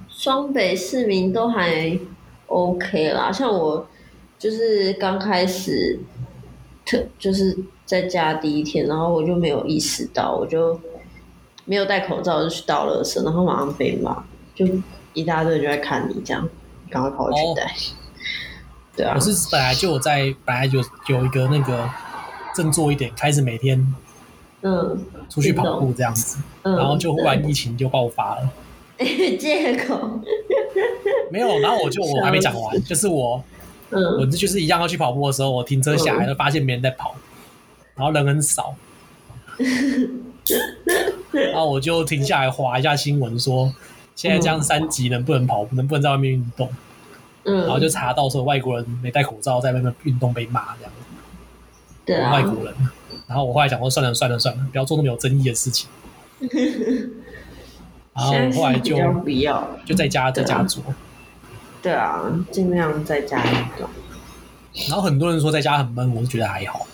Speaker 3: 双北市民都还 OK 啦，像我就是刚开始特就是在家第一天，然后我就没有意识到，我就没有戴口罩就去倒垃圾，然后马上被骂，就一大堆人就在看你这样，赶快跑回去
Speaker 1: 哦
Speaker 3: 戴。对啊
Speaker 1: 我，是本来就有在本来有有一个那个振作一点，开始每天
Speaker 3: 嗯
Speaker 1: 出去跑步这样子，
Speaker 3: 嗯，
Speaker 1: 然后就忽然疫情就爆发了。
Speaker 3: 对 借口，
Speaker 1: 没有，然后我就我还没讲完，就是我我
Speaker 3: 嗯
Speaker 1: 这就是一样要去跑步的时候，我停车下来就发现没人在跑，然后人很 少，然后我就停下来划一下新闻说。现在这样三级能不能跑？能不能在外面运动？
Speaker 3: 嗯，
Speaker 1: 然后就查到说外国人没戴口罩在外面运动被骂这样。
Speaker 3: 对啊，
Speaker 1: 外国人。然后我后来想说，算了算了算了，不要做那么有争议的事 情。然后我后来就
Speaker 3: 现在是比较不要，
Speaker 1: 就在家在家做，
Speaker 3: 对啊，尽量在家运动。
Speaker 1: 然后很多人说在家很闷，我是觉得还好。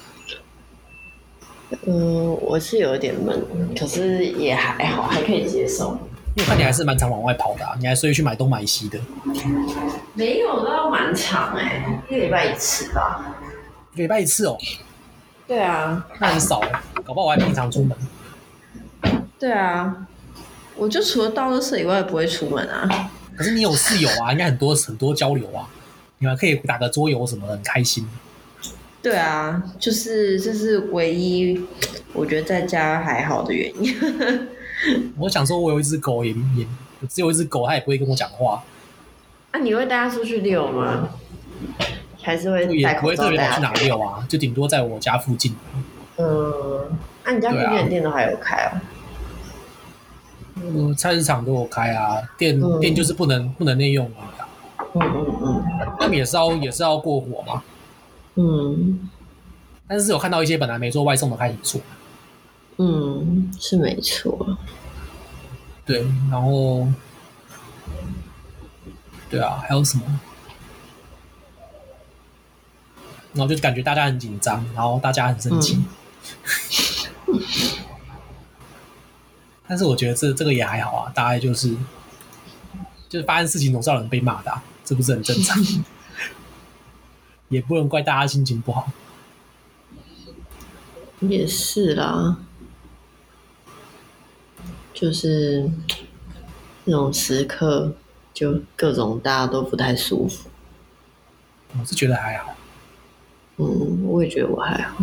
Speaker 3: 嗯，我是有点闷，可是也还好，还可以接受。
Speaker 1: 因为我看你还是蛮常往外跑的、啊，你还所以去买东买西的，
Speaker 3: 没有到蛮长哎、一个礼拜一次吧。
Speaker 1: 一个礼拜一次哦，
Speaker 3: 对啊，
Speaker 1: 那很少、哦，搞不好我还平常出门。
Speaker 3: 对啊，我就除了到垃圾以外不会出门啊。
Speaker 1: 可是你有室友啊，应该很多很多交流啊，你们可以打个桌游什么的，很开心。
Speaker 3: 对啊，就是这是唯一我觉得在家还好的原因。
Speaker 1: 我想说，我有一只狗也也我只有一只狗，它也不会跟我讲话，
Speaker 3: 啊，你会带它出去遛吗？还是会
Speaker 1: 也
Speaker 3: 戴
Speaker 1: 不
Speaker 3: 口
Speaker 1: 会特
Speaker 3: 罩
Speaker 1: 别
Speaker 3: 戴
Speaker 1: 跑
Speaker 3: 啊
Speaker 1: 去哪遛啊，就顶多在我家附近。
Speaker 3: 嗯，那、你家
Speaker 1: 对
Speaker 3: 便
Speaker 1: 啊
Speaker 3: 利店都还有开哦？
Speaker 1: 嗯，菜市场都有开啊，店、
Speaker 3: 嗯
Speaker 1: 店就是不能不能内用啊，
Speaker 3: 嗯嗯
Speaker 1: 他们也是要也是要过火嘛。
Speaker 3: 嗯
Speaker 1: 但是有看到一些本来没做外送的开始做，
Speaker 3: 嗯嗯，是没错。
Speaker 1: 对，然后对啊，还有什么？然后就感觉大家很紧张，然后大家很生气。 但是我觉得这这个也还好啊，大概就是就是发生事情总是要有人被骂的、啊，这不是很正常？也不能怪大家心情不好。
Speaker 3: 也是啦，就是那种时刻，就各种大家都不太舒服。
Speaker 1: 我是觉得还好，
Speaker 3: 嗯，我也觉得我还好。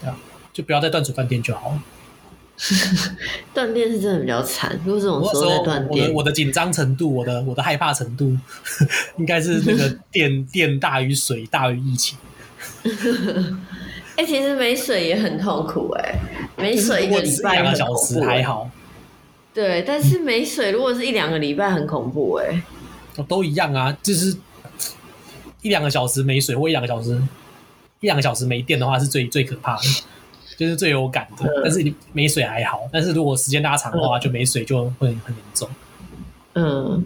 Speaker 1: 对啊，就不要再断水饭店就好了。
Speaker 3: 断电是真的比较惨，如果这种
Speaker 1: 我那
Speaker 3: 时
Speaker 1: 时
Speaker 3: 候
Speaker 1: 候
Speaker 3: 在断
Speaker 1: 我的
Speaker 3: 电，
Speaker 1: 我的紧张程度，我的我的害怕程度， 应该是那个电电大于水大于疫情。
Speaker 3: 哎、其实没水也很痛苦哎、没水一
Speaker 1: 如果
Speaker 3: 个
Speaker 1: 只
Speaker 3: 礼
Speaker 1: 是
Speaker 3: 拜
Speaker 1: 两个
Speaker 3: 很
Speaker 1: 小
Speaker 3: 恐
Speaker 1: 时
Speaker 3: 怖哎
Speaker 1: 还好，
Speaker 3: 对，但是没水如果是一两个礼拜很恐怖哎、
Speaker 1: 都一样啊，就是一两个小时没水或一两个小时一两个小时没电的话是最最可怕的，就是最有感
Speaker 3: 嗯
Speaker 1: 的。但是你没水还好，但是如果时间拉长的话，就没水就会很严重，
Speaker 3: 嗯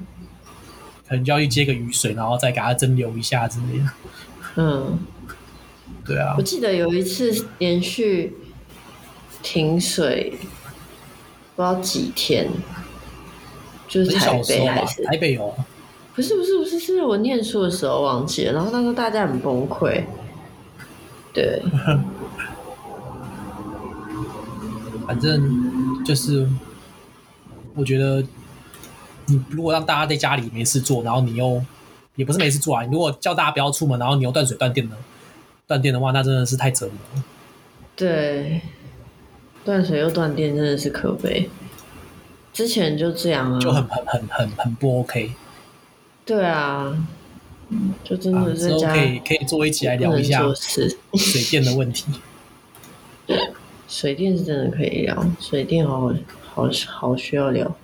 Speaker 1: 可能就要去接个雨水，然后再给它蒸馏一下之类的。
Speaker 3: 嗯，
Speaker 1: 对啊
Speaker 3: 我，记得有一次连续停水，不知道几天，就是
Speaker 1: 很
Speaker 3: 台
Speaker 1: 小时
Speaker 3: 北
Speaker 1: 候
Speaker 3: 还
Speaker 1: 吧
Speaker 3: 是，
Speaker 1: 台北有。啊
Speaker 3: 不是不是不是，是我念书的时候忘记了，然后那时候大家很崩溃，对，
Speaker 1: 反正就是，我觉得你如果让大家在家里没事做，然后你又也不是没事做啊，你如果叫大家不要出门，然后你又断水断电的断电的话，那真的是太折磨了。
Speaker 3: 对，断水又断电真的是可悲。之前就这样啊，
Speaker 1: 就很很很很很不 OK
Speaker 3: 对啊，就真
Speaker 1: 啊！
Speaker 3: 的在
Speaker 1: 之后
Speaker 3: 家
Speaker 1: 可以可以坐一起来聊一下
Speaker 3: 不能做事。
Speaker 1: 水电的问题。
Speaker 3: 水电是真的可以聊，水电好好好需要聊。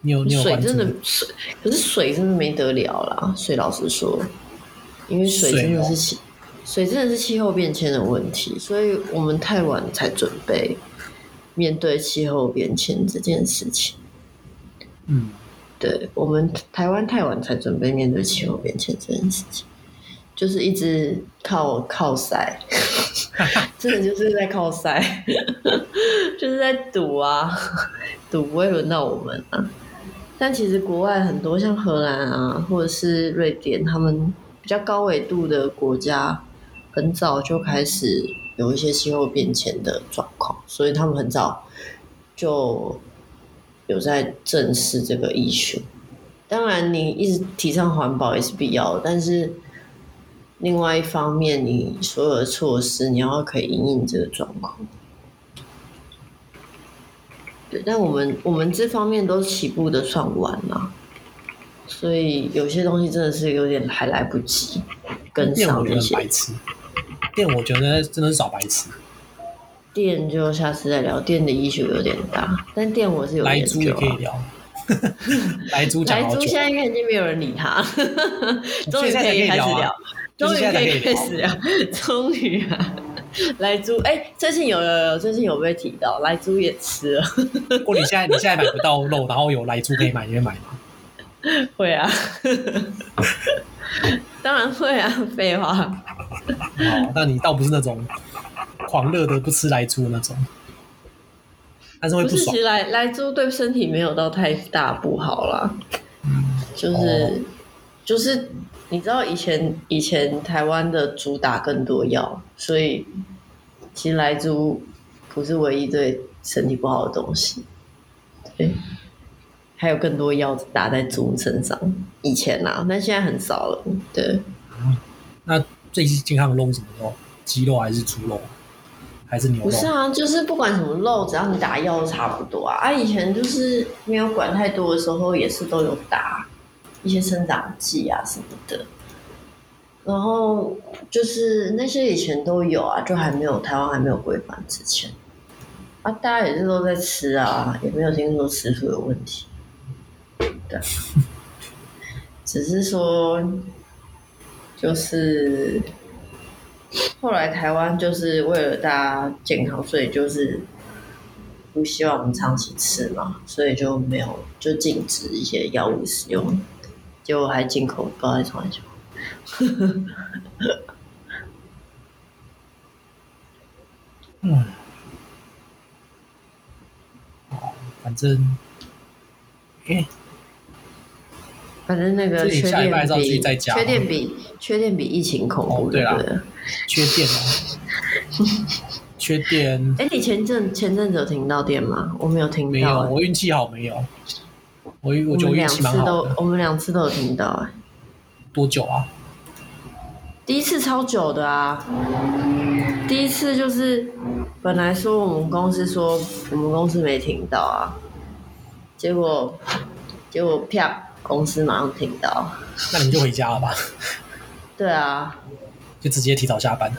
Speaker 1: 你有你有
Speaker 3: 水
Speaker 1: 关
Speaker 3: 真
Speaker 1: 注
Speaker 3: 的水，可是水真的没得聊啦。水老实说，因为水真的
Speaker 1: 哦
Speaker 3: 是气，水真的是气候变迁的问题，所以我们太晚才准备面对气候变迁这件事情。
Speaker 1: 嗯，
Speaker 3: 对我们台湾太晚才准备面对气候变迁这件事情，就是一直靠靠塞，真的就是在靠塞， 就是在赌啊，赌不会轮到我们啊。但其实国外很多像荷兰啊，或者是瑞典，他们比较高纬度的国家，很早就开始有一些气候变迁的状况，所以他们很早就有在正视这个艺术。当然，你一直提倡环保也是必要的，但是另外一方面，你所有的措施你要可以因应这个状况。对，但我们我们这方面都起步的算晚了、所以有些东西真的是有点还来不及跟
Speaker 1: 电
Speaker 3: 上
Speaker 1: 我觉得
Speaker 3: 这
Speaker 1: 很
Speaker 3: 些
Speaker 1: 白痴，电我觉得真的是找白痴，
Speaker 3: 店就下次再聊，店的医学有点大，但店我是有
Speaker 1: 来
Speaker 3: 研
Speaker 1: 猪也
Speaker 3: 究、
Speaker 1: 可以
Speaker 3: 啊。
Speaker 1: 聊， 来猪讲
Speaker 3: 来
Speaker 1: 好
Speaker 3: 猪
Speaker 1: 久
Speaker 3: 现，在应该已经没有人理 他，终于
Speaker 1: 现在才可以
Speaker 3: 以开始
Speaker 1: 聊啊
Speaker 3: 聊，
Speaker 1: 就
Speaker 3: 终
Speaker 1: 是
Speaker 3: 于
Speaker 1: 现在才
Speaker 3: 以
Speaker 1: 可以
Speaker 3: 开
Speaker 1: 聊啊
Speaker 3: 始聊， 终于啊！ 来猪，哎、最近有有有，最近有被提到，来猪也吃了，
Speaker 1: 如果你现在你现在买不到肉，然后有来猪可以买，你会买吗？
Speaker 3: 会啊， 当然会啊，废话，嗯
Speaker 1: 哦，那你倒不是那种狂热的不吃来猪的那种，但是会
Speaker 3: 不
Speaker 1: 不
Speaker 3: 是，
Speaker 1: 爽
Speaker 3: 其。实来来猪对身体没有到太大不好啦，就是、
Speaker 1: 哦
Speaker 3: 就是你知道以前以前台湾的主打更多药，所以其实来猪不是唯一对身体不好的东西，对，还有更多药打在猪身上，以前啦，但现在很少了，对，
Speaker 1: 那最健康的肉是什么肉？鸡肉还是猪肉？还是牛
Speaker 3: 不
Speaker 1: 肉？
Speaker 3: 是啊，就是不管什么肉，只要你打药都差不多啊。啊，以前就是没有管太多的时候，也是都有打，一些生长剂啊什么的。然后就是那些以前都有啊，就还没有台湾还没有规范之前，啊，大家也是都在吃啊，也没有听说吃素有问题，对啊，只是说就是后来台湾就是为了大家健康，所以就是不希望我们长期吃嘛，所以就没有就禁止一些药物使用，结果还进口，不知道在从哪里进口
Speaker 1: 嗯，好反正，哎、
Speaker 3: 反正那个
Speaker 1: 自己
Speaker 3: 缺
Speaker 1: 下礼拜
Speaker 3: 电
Speaker 1: 照自己
Speaker 3: 比
Speaker 1: 在家
Speaker 3: 缺电比缺电比疫情恐怖，
Speaker 1: 哦对啦
Speaker 3: 不对？
Speaker 1: 缺电 哦，缺电
Speaker 3: 哎，你前阵前阵子有停到电吗？我没有停
Speaker 1: 没有，
Speaker 3: 到，哎
Speaker 1: 我运气好没有，我我
Speaker 3: 我
Speaker 1: 觉得我
Speaker 3: 们
Speaker 1: 运
Speaker 3: 两
Speaker 1: 气
Speaker 3: 次
Speaker 1: 蛮好
Speaker 3: 都
Speaker 1: 的。
Speaker 3: 我们两次都有停到，哎，
Speaker 1: 多久啊？
Speaker 3: 第一次超久的啊，第一次就是本来说我们公司说我们公司没停到啊，结果结果啪，公司马上停到，
Speaker 1: 那你们就回家了吧，
Speaker 3: 对啊，
Speaker 1: 就直接提早下班，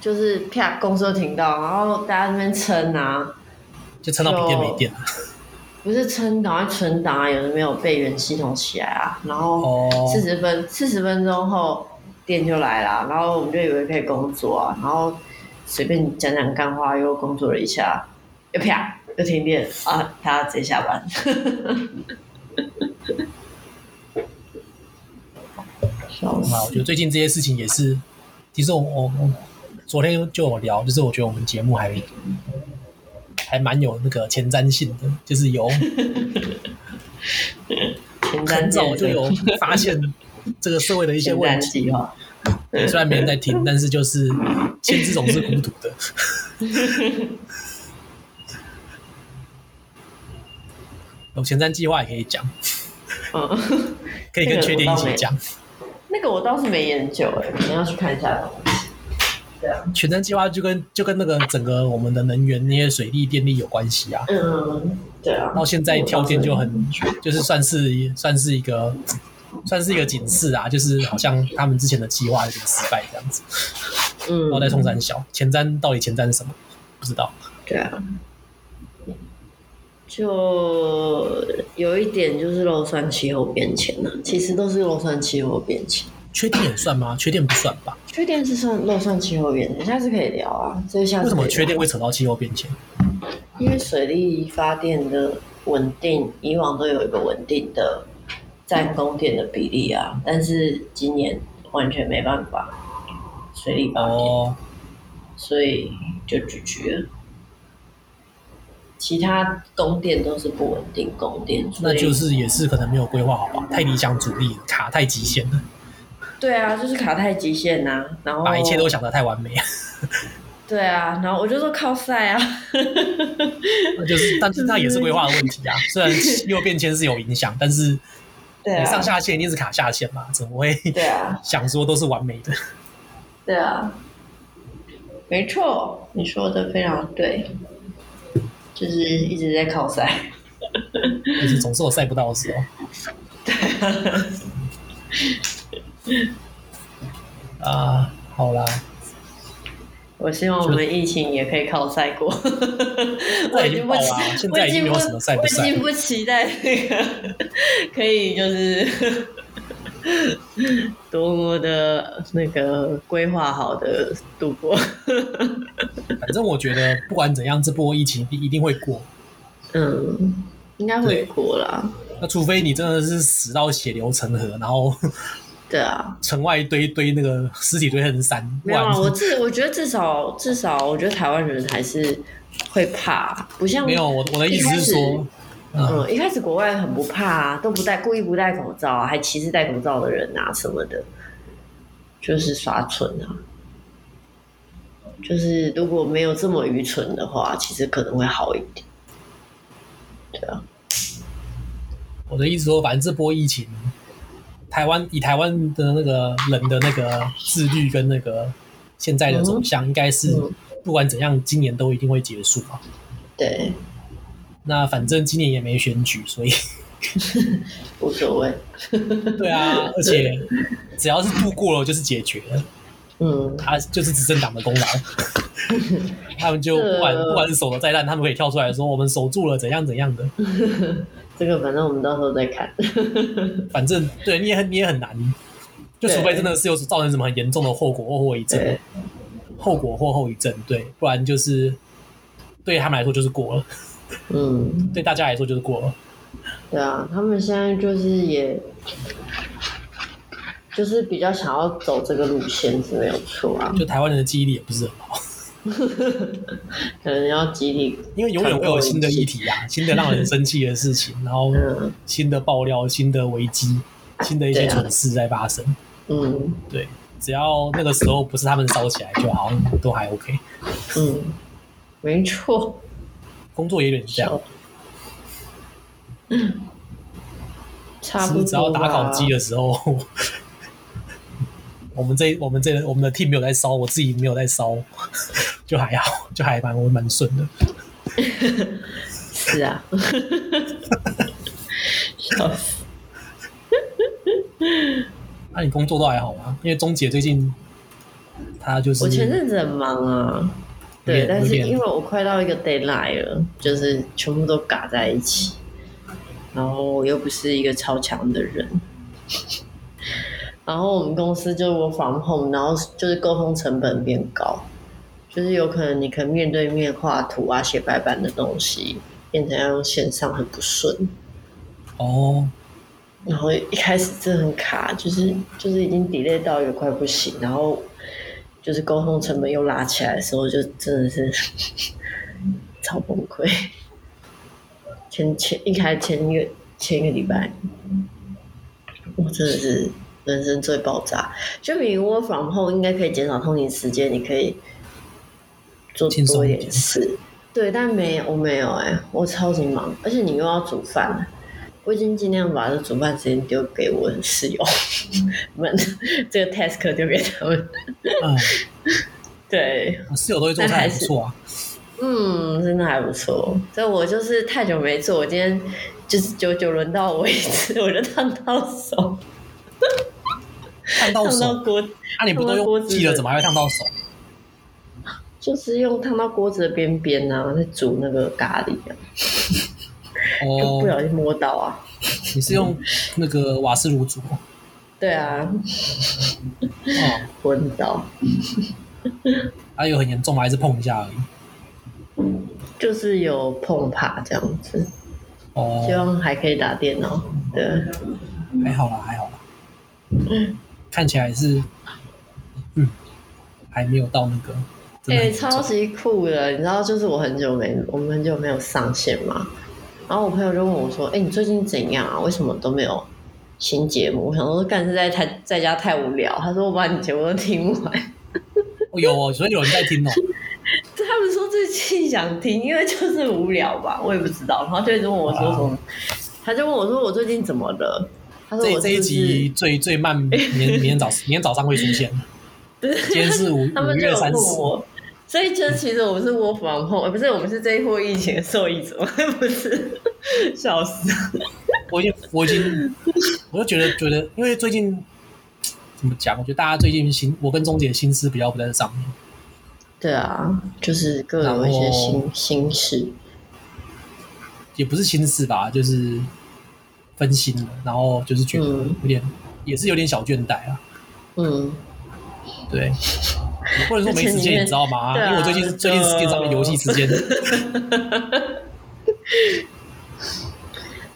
Speaker 3: 就是啪，公司都停到，然后大家在那边撑啊。
Speaker 1: 就撑到笔电没电了。
Speaker 3: 不是存档，快存档啊，有的没有备源系统起来啊，然后
Speaker 1: 哦
Speaker 3: 四十分四十分钟后电就来啦，然后我们就以为可以工作啊，然后随便讲讲干话，又工作了一下，又啪又停电啊，他直接下班。 笑
Speaker 1: 啊，我
Speaker 3: 死！
Speaker 1: 觉得最近这些事情也是，其实我我我昨天就有聊，就是我觉得我们节目还还蛮有那个前瞻性的，就是有
Speaker 3: 前瞻
Speaker 1: 很
Speaker 3: 计
Speaker 1: 早
Speaker 3: 划
Speaker 1: 就有 发现这个社会的一些
Speaker 3: 前
Speaker 1: 问
Speaker 3: 瞻
Speaker 1: 题，
Speaker 3: 计划，
Speaker 1: 虽然没人在听，但是就是先知总是孤独的。 有前瞻计划也可以讲，
Speaker 3: 嗯，
Speaker 1: 可以跟缺点一起讲。
Speaker 3: 那个我倒是没研究哎、你要去看一下。对啊，
Speaker 1: 前瞻计划就跟就跟那个整个我们的能源那些水利电力有关系啊。
Speaker 3: 嗯，对啊。
Speaker 1: 到现在跳电就很，就是算是算是一个算是一个警示啊，就是好像他们之前的计划有点失败这样子。
Speaker 3: 嗯
Speaker 1: 然后在冲山小前瞻到底前瞻是什么？不知道。
Speaker 3: 对啊，就有一点就是肉酸气候变迁了、其实都是肉酸气候变迁。
Speaker 1: 缺电也算吗？缺电不算吧？
Speaker 3: 缺电是算肉酸气候变迁，下次可以聊啊。这个下次
Speaker 1: 为什么
Speaker 3: 可以聊
Speaker 1: 缺电？会扯到气候变迁？
Speaker 3: 因为水力发电的稳定，以往都有一个稳定的占供电的比例啊，但是今年完全没办法，水力发电。
Speaker 1: 哦，
Speaker 3: 所以就拒绝了。其他供电都是不稳定供电，所
Speaker 1: 那
Speaker 3: 以
Speaker 1: 就是也是可能没有规划好吧，太理想主义，卡太极限了，
Speaker 3: 对啊，就是卡太极限呐、啊，然后
Speaker 1: 把一切都想得太完美，
Speaker 3: 对啊，然后我就说靠晒 啊，
Speaker 1: 那就是但是那也是规划的问题啊。虽然气候变迁是有影响，但是
Speaker 3: 对
Speaker 1: 你上
Speaker 3: 啊，
Speaker 1: 下限一定是卡下限嘛，怎么会
Speaker 3: 对啊，
Speaker 1: 想说都是完美的？
Speaker 3: 对啊，没错，你说的非常对，就是一直在靠晒，
Speaker 1: 就是总是有晒不到的时候。啊，好啦，
Speaker 3: 我希望我们疫情也可以靠晒 过，我
Speaker 1: 已经
Speaker 3: 不
Speaker 1: 爆
Speaker 3: 期
Speaker 1: 了啊现在已经没有什么晒不
Speaker 3: 我已
Speaker 1: 晒
Speaker 3: 经不期待那个可以就是 多么的那个规划好的度过。
Speaker 1: 反正我觉得不管怎样，这波疫情一定会过。
Speaker 3: 嗯，应该会
Speaker 1: 对
Speaker 3: 过啦。
Speaker 1: 那除非你真的是死到血流成河，然后
Speaker 3: 对啊，
Speaker 1: 城外堆堆那个尸体堆成山，不
Speaker 3: 没有啊，
Speaker 1: 然
Speaker 3: 我至我觉得至少至少，我觉得台湾人还是会怕，不像
Speaker 1: 没有。我我的意思是
Speaker 3: 一
Speaker 1: 说，嗯，
Speaker 3: 嗯，一开始国外很不怕啊，都不戴，故意不戴口罩啊，还歧视戴口罩的人啊什么的，就是耍蠢啊。就是如果没有这么愚蠢的话，其实可能会好一点。对啊，
Speaker 1: 我的意思说，反正这波疫情，台湾以台湾的那个人的那个自律跟那个现在的走向，应该是
Speaker 3: 嗯
Speaker 1: 不管怎样，今年都一定会结束吧。
Speaker 3: 对，
Speaker 1: 那反正今年也没选举，所以
Speaker 3: 无所谓。
Speaker 1: 对啊，而且只要是度过了就是解决了，
Speaker 3: 嗯，
Speaker 1: 他就是执政党的功劳。他们就不管
Speaker 3: 这
Speaker 1: 不管是守的再烂，他们可以跳出来说我们守住了怎样怎样的，
Speaker 3: 这个反正我们到时候再看。
Speaker 1: 反正对你也很你也很难，就
Speaker 3: 对
Speaker 1: 除非真的是有造成什么很严重的后果或后遗症
Speaker 3: 对，，
Speaker 1: 后果或后遗症，对，不然就是对他们来说就是过了，
Speaker 3: 嗯，
Speaker 1: 对大家来说就是过了。
Speaker 3: 对啊，他们现在就是也，就是比较想要走这个路线是没有错啊，
Speaker 1: 就台湾人的记忆力也不是很好，
Speaker 3: 可能要激励，
Speaker 1: 因为永远会有新的议题啊，新的让人生气的事情，然后
Speaker 3: 嗯
Speaker 1: 新的爆料、新的危机、新的一些
Speaker 3: 对啊
Speaker 1: 蠢事在发生。
Speaker 3: 嗯
Speaker 1: 对，只要那个时候不是他们烧起来，就好像都还 OK。
Speaker 3: 嗯，没错，
Speaker 1: 工作也有点这样，
Speaker 3: 差
Speaker 1: 是
Speaker 3: 不
Speaker 1: 不是
Speaker 3: 多啊
Speaker 1: 只要打烤鸡
Speaker 3: 吧
Speaker 1: 的时候， 我们这我们这我们的 team 没有在烧，我自己没有在烧，就还好，就还蛮我蛮顺的。
Speaker 3: 是啊， 笑死，
Speaker 1: 嗯那、你工作都还好吗？因为钟姐最近她就是
Speaker 3: 我前阵子很忙啊。
Speaker 1: 有
Speaker 3: 对，
Speaker 1: 点
Speaker 3: 但
Speaker 1: 有
Speaker 3: 是
Speaker 1: 点
Speaker 3: 因为我快到一个 deadline 了，就是全部都嘎在一起，然后我又不是一个超强的人， 然后我们公司就我 from home，然后就是沟通成本变高，就是有可能你可能面对面画图啊、写白板的东西，变成要用线上很不顺，
Speaker 1: 哦，
Speaker 3: 然后一开始真的很卡，就是就是已经 delay 到一个快不行，然后就是沟通成本又拉起来的时候，就真的是 超崩溃。前前一开前一个前一个礼拜，我真的是人生最爆炸。就比如 work from home 应该可以减少通勤时间，你可以做
Speaker 1: 轻松
Speaker 3: 多
Speaker 1: 一
Speaker 3: 一
Speaker 1: 点
Speaker 3: 点事。对，但没有，我没有哎、我超级忙，而且你又要煮饭，我已经尽量把这煮饭时间丢给我的室友 们，这个 task 丢给他们。
Speaker 1: 嗯，
Speaker 3: 对，
Speaker 1: 我室友都会做菜，还不错啊。
Speaker 3: 嗯，真的还不错。所以我就是太久没做，我今天就是久久轮到我一次， 我就烫到手，
Speaker 1: 烫到
Speaker 3: 烫
Speaker 1: 手，
Speaker 3: 到锅，
Speaker 1: 那、你不都
Speaker 3: 烫到锅
Speaker 1: 用
Speaker 3: 子
Speaker 1: 记了，
Speaker 3: 的
Speaker 1: 怎么还会烫到手？
Speaker 3: 就是用烫到锅子的边边啊，在煮那个咖喱啊，就
Speaker 1: 哦
Speaker 3: 不，小心摸到啊。
Speaker 1: 你是用那个瓦斯炉煮哦，
Speaker 3: 对啊，
Speaker 1: 哦
Speaker 3: 昏倒，
Speaker 1: 啊有很严重吗？还是碰一下而已？
Speaker 3: 就是有碰爬这样子，希
Speaker 1: 哦，
Speaker 3: 望还可以打电脑。对，啊
Speaker 1: 还好啦，还好啦。
Speaker 3: 嗯
Speaker 1: 看起来是，嗯，还没有到那个。真
Speaker 3: 哎、
Speaker 1: 的很严重
Speaker 3: 超级酷的，你知道，就是我很久没，我们很久没有上线嘛。然后我朋友就问我说：“哎、你最近怎样啊？为什么都没有新节目？”我想说，干是在太在家太无聊。他说：“我把你节目都听完。
Speaker 1: 哦有哦，所以有人在听哦。”
Speaker 3: 他们说最近想听，因为就是无聊吧，我也不知道。然后就一直问我说什么，他就问我说：“我最近怎么了？”他说：“
Speaker 1: 这
Speaker 3: 我
Speaker 1: 这一
Speaker 3: 是不
Speaker 1: 集
Speaker 3: 是
Speaker 1: 最最慢，明天明天早明天早上会出 现。今天是五
Speaker 3: 他
Speaker 1: 五
Speaker 3: 们就
Speaker 1: 月
Speaker 3: 有
Speaker 1: 三
Speaker 3: 问
Speaker 1: 十，
Speaker 3: 我。”所以就是其实我们是窝房后，呃不是我们是这一波疫情的受益者， 不是， 笑死。
Speaker 1: 我已经我已经，我就觉得觉得，因为最近怎么讲？我觉得大家最近心，我跟钟姐心思比较不在上面。
Speaker 3: 对啊，就是各有一些心心事。
Speaker 1: 也不是心事吧，就是分心了，然后就是觉得
Speaker 3: 嗯
Speaker 1: 有点，也是有点小倦怠啊。
Speaker 3: 嗯，
Speaker 1: 对，或者说没时
Speaker 3: 而且你
Speaker 1: 间，
Speaker 3: 也
Speaker 1: 你知道吗？
Speaker 3: 对啊啊
Speaker 1: 因为我最近最近电商的游戏时间，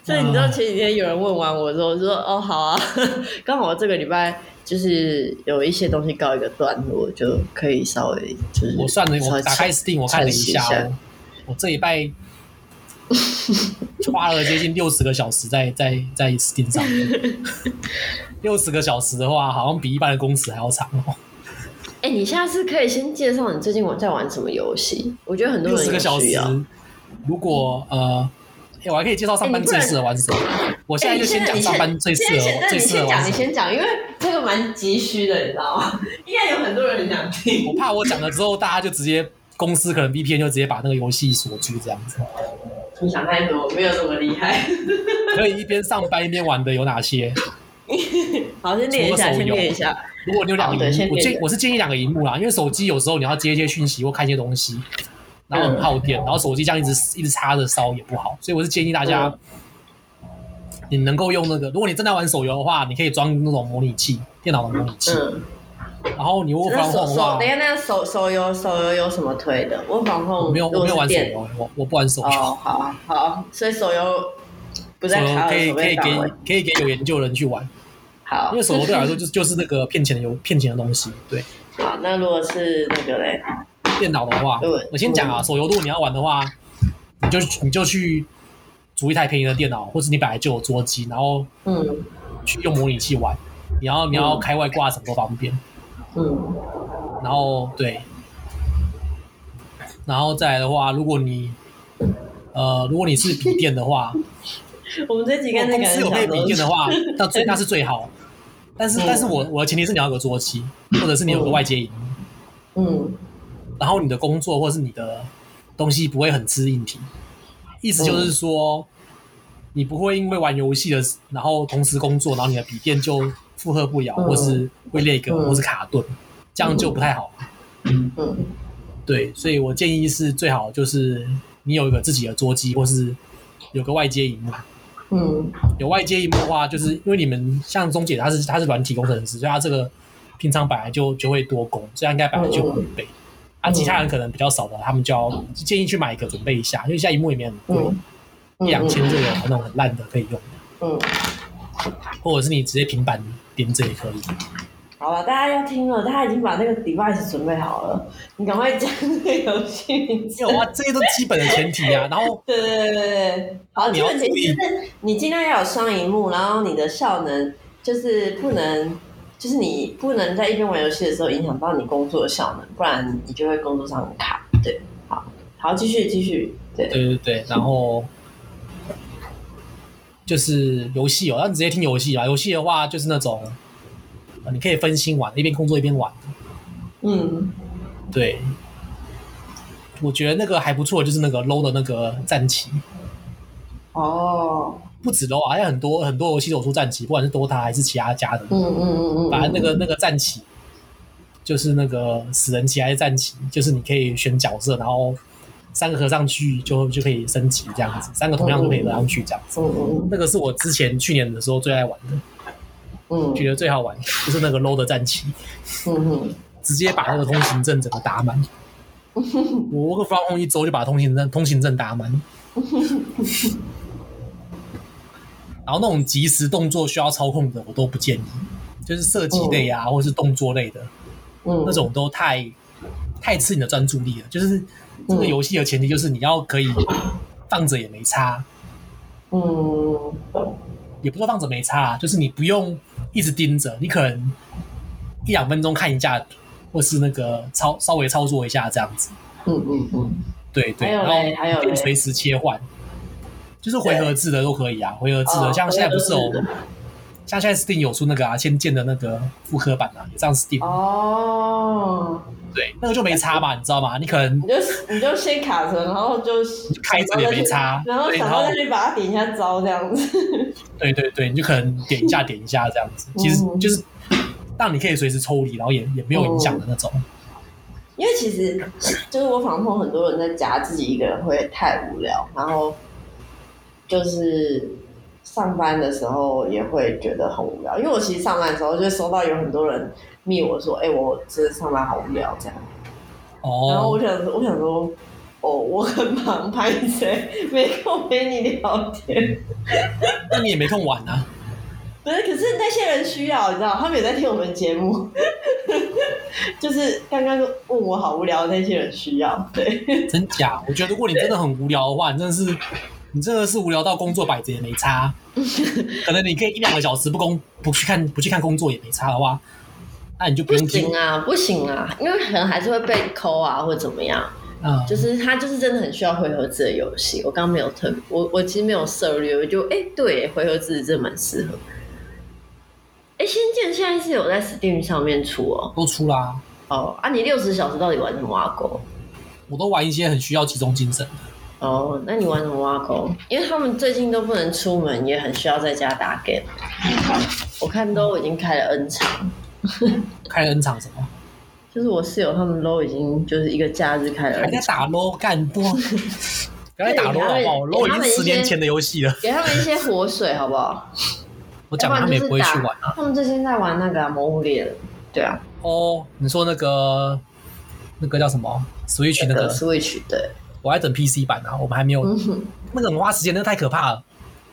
Speaker 3: 所以你知道前几天有人问完我之后，我就说哦好啊， 刚好我这个礼拜就是有一些东西告一个段落，就可以稍微就是
Speaker 1: 我算了，
Speaker 3: 稍
Speaker 1: 我
Speaker 3: 微
Speaker 1: 打开 Steam 我看了一下
Speaker 3: 喘息一
Speaker 1: 哦，我这一拜花了接近六十个小时在在在 Steam 上面，六十个小时的话，好像比一般的工时还要长哦。
Speaker 3: 哎、你下次可以先介绍你最近我在玩什么游戏？我觉得很多
Speaker 1: 六
Speaker 3: 人
Speaker 1: 十
Speaker 3: 有啊
Speaker 1: 个小
Speaker 3: 需
Speaker 1: 时
Speaker 3: 要。，
Speaker 1: 如果呃，哎、我还可以介绍上班最适合玩什么。我现在就先讲上班最适
Speaker 3: 现在
Speaker 1: 合最
Speaker 3: 那哎你
Speaker 1: 适合
Speaker 3: 先
Speaker 1: 玩
Speaker 3: 讲，
Speaker 1: 什
Speaker 3: 你
Speaker 1: 么。
Speaker 3: 先讲，因为这个 蛮急需的，你知道吗？应该有很多人想听。
Speaker 1: 我怕我讲了之后，大家就直接公司可能 VPN 就直接把那个游戏锁住这样子。
Speaker 3: 你想太多，没有那么厉害。
Speaker 1: 可以一边上班一边玩的有哪些？
Speaker 4: 好，先练一下，先练一下。
Speaker 1: 如果你有两
Speaker 3: 哦
Speaker 4: 好
Speaker 1: 个
Speaker 4: 对
Speaker 1: 荧
Speaker 4: 先
Speaker 1: 幕，我
Speaker 4: 列
Speaker 1: 建
Speaker 4: 着
Speaker 1: 我是建议两个荧幕啦，因为手机有时候你要接一些讯息或看一些东西，然后很耗电，
Speaker 3: 嗯
Speaker 1: 然后手机这样一直一直插着烧也不好，所以我是建议大家，
Speaker 3: 嗯
Speaker 1: 你能够用那个，如果你正在玩手游的话，你可以装那种模拟器，电脑的模拟器，
Speaker 3: 嗯，
Speaker 1: 然后你握
Speaker 3: 那
Speaker 1: 防啊
Speaker 3: 手
Speaker 1: 控的
Speaker 3: 手，
Speaker 1: 话
Speaker 3: 等一，下那个手手游手游有什么推的？我防控
Speaker 1: 我没有
Speaker 3: 如
Speaker 1: 我
Speaker 3: 果
Speaker 1: 没有
Speaker 3: 是
Speaker 1: 玩手
Speaker 3: 电
Speaker 1: 游，我我不玩手游，
Speaker 3: 哦，好好，所以手游不
Speaker 1: 手
Speaker 3: 在
Speaker 1: 游
Speaker 3: 卡
Speaker 1: 可
Speaker 3: 尔
Speaker 1: 以
Speaker 3: 手
Speaker 1: 可以
Speaker 3: 背
Speaker 1: 给
Speaker 3: 范围。
Speaker 1: 可以给有研究的人去玩，
Speaker 3: 好，
Speaker 1: 因为手游对我来说就是 就是那个骗钱的游骗钱的东西，对。
Speaker 3: 好，那如果是那个嘞，
Speaker 1: 电脑的话
Speaker 3: 对，
Speaker 1: 我先讲啊，手游如果你要玩的话，你就你就去租一台便宜的电脑，或者你本来就有桌机，然后
Speaker 3: 嗯
Speaker 1: 去用模拟器玩。你要你要开外挂什么都方便，
Speaker 3: 嗯
Speaker 1: 然后对，然后再来的话，如果你呃如果你是笔电的 话，
Speaker 3: 我们这几
Speaker 1: 如
Speaker 3: 个
Speaker 1: 果
Speaker 3: 那
Speaker 1: 公
Speaker 3: 个
Speaker 1: 司有配笔电的 话，那最那是最好。但是
Speaker 3: 嗯
Speaker 1: 但是我我的前提是你要有个桌机，或者是你有个外接荧幕，
Speaker 3: 嗯
Speaker 1: 然后你的工作或是你的东西不会很吃硬体，意思就是说，你不会因为玩游戏的，然后同时工作，然后你的笔电就负荷不了，
Speaker 3: 嗯
Speaker 1: 或是会那个，
Speaker 3: 嗯
Speaker 1: 或是卡顿，这样就不太好。
Speaker 3: 嗯
Speaker 1: 对，所以我建议是最好就是你有一个自己的桌机，或是有个外接荧幕。
Speaker 3: 嗯
Speaker 1: 有外接荧幕的话，就是因为你们像钟姐她是她是软体工程师，所以她这个平常本来就就会多工，所以她应该本来就有准备。啊，其他人可能比较少的，他们就要建议去买一个准备一下，因为现在荧幕里面很贵，
Speaker 3: 嗯嗯，
Speaker 1: 一两千就有那种很烂的可以用，
Speaker 3: 嗯。
Speaker 1: 或者是你直接平板连着也可以。
Speaker 3: 好了，大家要听了，大家已经把那个 device 准备好了，你赶快讲那个游戏名字
Speaker 1: 没。有啊，这些都基本的前提 啊。然后
Speaker 3: 对对对对对，好，
Speaker 1: 你
Speaker 3: 基
Speaker 1: 要
Speaker 3: 本前
Speaker 1: 注
Speaker 3: 提
Speaker 1: 意
Speaker 3: 就是你尽量要有双荧幕，然后你的效能就是不能，就是你不能在一边玩游戏的时候影响到你工作的效能，不然你就会工作上很卡。对，好，好，继续继续，对，
Speaker 1: 对对对，然后就是游戏哦，那你直接听游戏啊。游戏的话就是那种，呃你可以分心玩，一边工作一边玩。
Speaker 3: 嗯
Speaker 1: 对，我觉得那个还不错，就是那个 low 的那个战旗，
Speaker 3: 哦，
Speaker 1: 不止 low 啊，还有很多很多游戏都有出战旗，不管是 DOTA 还是其他家的，
Speaker 3: 嗯嗯嗯嗯，
Speaker 1: 反正那个那个战旗就是那个死人旗还是战旗，就是你可以选角色，然后三个合上去就就可以升级这样子，三个同样都可以合上去这样子。
Speaker 3: 嗯嗯
Speaker 1: 那个是我之前去年的时候最爱玩的，
Speaker 3: 嗯
Speaker 1: 觉得最好玩就是那个 low 的战旗，
Speaker 3: 嗯
Speaker 1: 直接把那个通行证整个打满。我 work from home 一周就把通行证通行证打满，然后那种即时动作需要操控的，我都不建议，就是射击类啊，或是动作类的
Speaker 3: 嗯，
Speaker 1: 那种都太太吃你的专注力了。就是这个
Speaker 3: 嗯
Speaker 1: 游戏的前提就是你要可以放着也没差，
Speaker 3: 嗯
Speaker 1: 也不说放着没差啊，就是你不用一直盯着，你可能一两分钟看一下，或是那个操稍微操作一下这样子。
Speaker 3: 嗯嗯嗯，
Speaker 1: 对对，
Speaker 3: 还有
Speaker 1: 然
Speaker 3: 嘞还有
Speaker 1: 后
Speaker 3: 嘞
Speaker 1: 可以随时切换，就是回合制的都可以啊，回合制
Speaker 3: 哦
Speaker 1: 的，像现在不是
Speaker 3: 回合
Speaker 1: 有
Speaker 3: 制的，
Speaker 1: 像现在 Steam 有出那个啊，仙剑的那个复刻版啊，也上 Steam，
Speaker 3: 哦。
Speaker 1: 对，那个就没差嘛，你知道吗？你可能
Speaker 3: 你就你就先卡着，然后就
Speaker 1: 开着也没差
Speaker 3: 然后
Speaker 1: 对
Speaker 3: 想
Speaker 1: 然
Speaker 3: 到
Speaker 1: 后
Speaker 3: 再去把它点一下招这样子。
Speaker 1: 对对对，你就可能点一 下点一下这样子，其实
Speaker 3: 嗯
Speaker 1: 就是让你可以随时抽离，然后也也没有影响的那种。
Speaker 3: 嗯因为其实就是我防控很多人在家自己一个人会太无聊，然后就是上班的时候也会觉得很无聊。因为我其实上班的时候就收到有很多人密我说：“哎、我真的上班好无聊。”这样，然后
Speaker 1: 哦
Speaker 3: 我，想我想说。哦，我很忙，拍谁 没空陪你聊天。
Speaker 1: 那你也没空玩啊，
Speaker 3: 不是，可是那些人需要，你知道，他们也在听我们节目， 就是刚刚问我好无聊，那些人需要，对，
Speaker 1: 真假？我觉得如果你真的很无聊的话，你真的是你真的是无聊到工作摆着也没差， 可能你可以一两个小时不工不去看不去看工作也没差的话，那你就不
Speaker 4: 不
Speaker 1: 用听
Speaker 4: 行啊，不行啊，因为可能还是会被抠啊，或怎么样。
Speaker 1: 啊，
Speaker 4: 就是他就是真的很需要回合制的游戏。我刚刚没有特别，我我其实没有涉略，我就哎、诶对，回合制真的蛮适合。哎、仙剑现在是有在 Steam 上面出哦。
Speaker 1: 都出啦。
Speaker 4: 哦啊，你六十小时到底玩什么啊？狗？
Speaker 1: 我都玩一些很需要集中精神的。
Speaker 3: 哦，那你玩什么
Speaker 4: 啊
Speaker 3: 挖沟？因为他们最近都不能出门，也很需要在家打 game。我看都已经开了 N 场，
Speaker 1: 开了 N 场什么，
Speaker 3: 就是我室友他们都已经就是一个假日开了
Speaker 1: 还
Speaker 3: N
Speaker 1: 在
Speaker 3: 场，
Speaker 1: 打 LO 干多，不要再打 LO 好不好
Speaker 3: 给
Speaker 1: ？LO 已
Speaker 3: 他们
Speaker 1: 经十年前的游戏了，
Speaker 3: 给他们一些活水 好不好？
Speaker 1: 我讲了他们也不会去玩啊。
Speaker 3: 他们最近在玩那个、啊、魔物猎人，对啊，
Speaker 1: 哦，你说那个那个叫什么 Switch 那
Speaker 3: 那
Speaker 1: 个
Speaker 3: 个 Switch 对，
Speaker 1: 我还等 PC 版啊，我们还没有、
Speaker 3: 嗯哼
Speaker 1: 那个很花时间，那个太可怕了。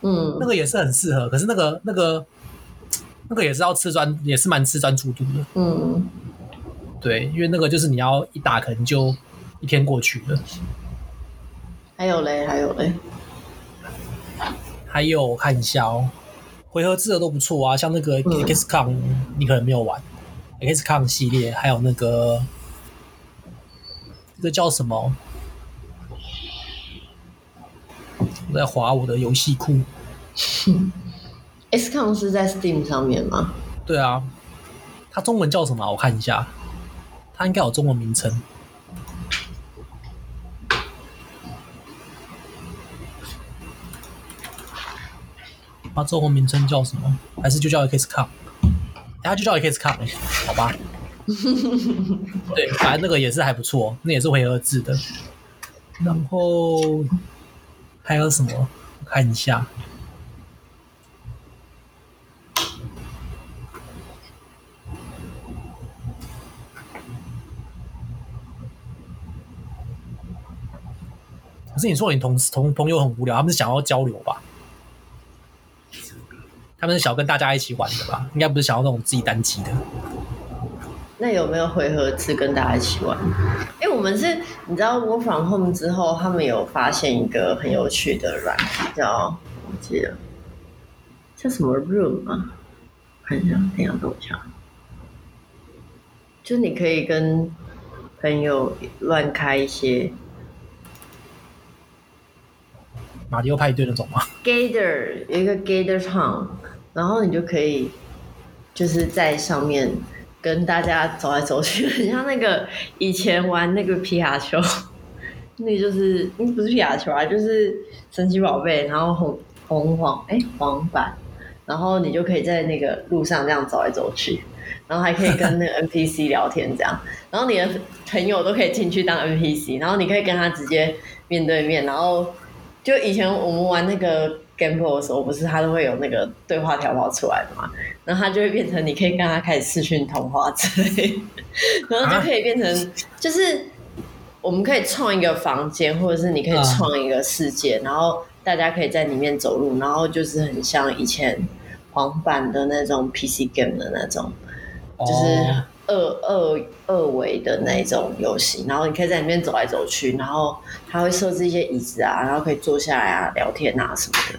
Speaker 1: 那
Speaker 3: 嗯，
Speaker 1: 个也是很适合，可是那个那个那个也是要吃专，也是蛮吃专注度的。
Speaker 3: 嗯，
Speaker 1: 对，因为那个就是你要一打，可能就一天过去了。
Speaker 3: 还有嘞，还有嘞，
Speaker 1: 还有我看一下哦，回合制的都不错啊，像那个
Speaker 3: 嗯
Speaker 1: XCOM，、你可能没有玩 XCOM 系列，还有那个这个叫什么？我在划我的游戏库。
Speaker 3: XCOM 是在 Steam 上面吗？
Speaker 1: 对啊，它中文叫什么啊、我看一下，它应该有中文名称。它中文名称叫什么？还是就叫 XCOM？哎它就叫 XCOM，欸好吧？对，反正那个也是还不错，那也是回合制的。然后还有什么？我看一下。可是你说你同事同朋友很无聊，他们是想要交流吧？他们是想要跟大家一起玩的吧？应该不是想要那种自己单机的。
Speaker 3: 那有没有回合制跟大家一起玩？哎、我们是，你知道 Work from Home 之后，他们有发现一个很有趣的软体，叫我记得叫什么 Room 啊？看一下，等一下跟我讲。就你可以跟朋友乱开一些
Speaker 1: 马里奥派对那种吗？
Speaker 3: Gather 有一个 Gather Town，然后你就可以就是在上面跟大家走来走去， 很像那个以前玩那个皮卡丘，那就是嗯不是皮卡丘啊，就是神奇宝贝，然后红红黄哎黄版，然后你就可以在那个路上这样走来走去，然后还可以跟那个 NPC 聊天这样，然后你的朋友都可以进去当 NPC，然后你可以跟他直接面对面，然后就以前我们玩那个 Game Boy 的时候，不是它都会有那个对话条跑出来的嘛，然后它就会变成你可以跟他开始视讯通话之类，然后就可以变成就是我们可以创一个房间，或者是你可以
Speaker 1: 啊
Speaker 3: 创一个世界，然后大家可以在里面走路，然后就是很像以前黄版的那种 PC game 的那种。就是
Speaker 1: 哦
Speaker 3: 二二二维的那一种游戏，然后你可以在里面走来走去，然后它会设置一些椅子啊，然后可以坐下来啊、聊天啊什么的。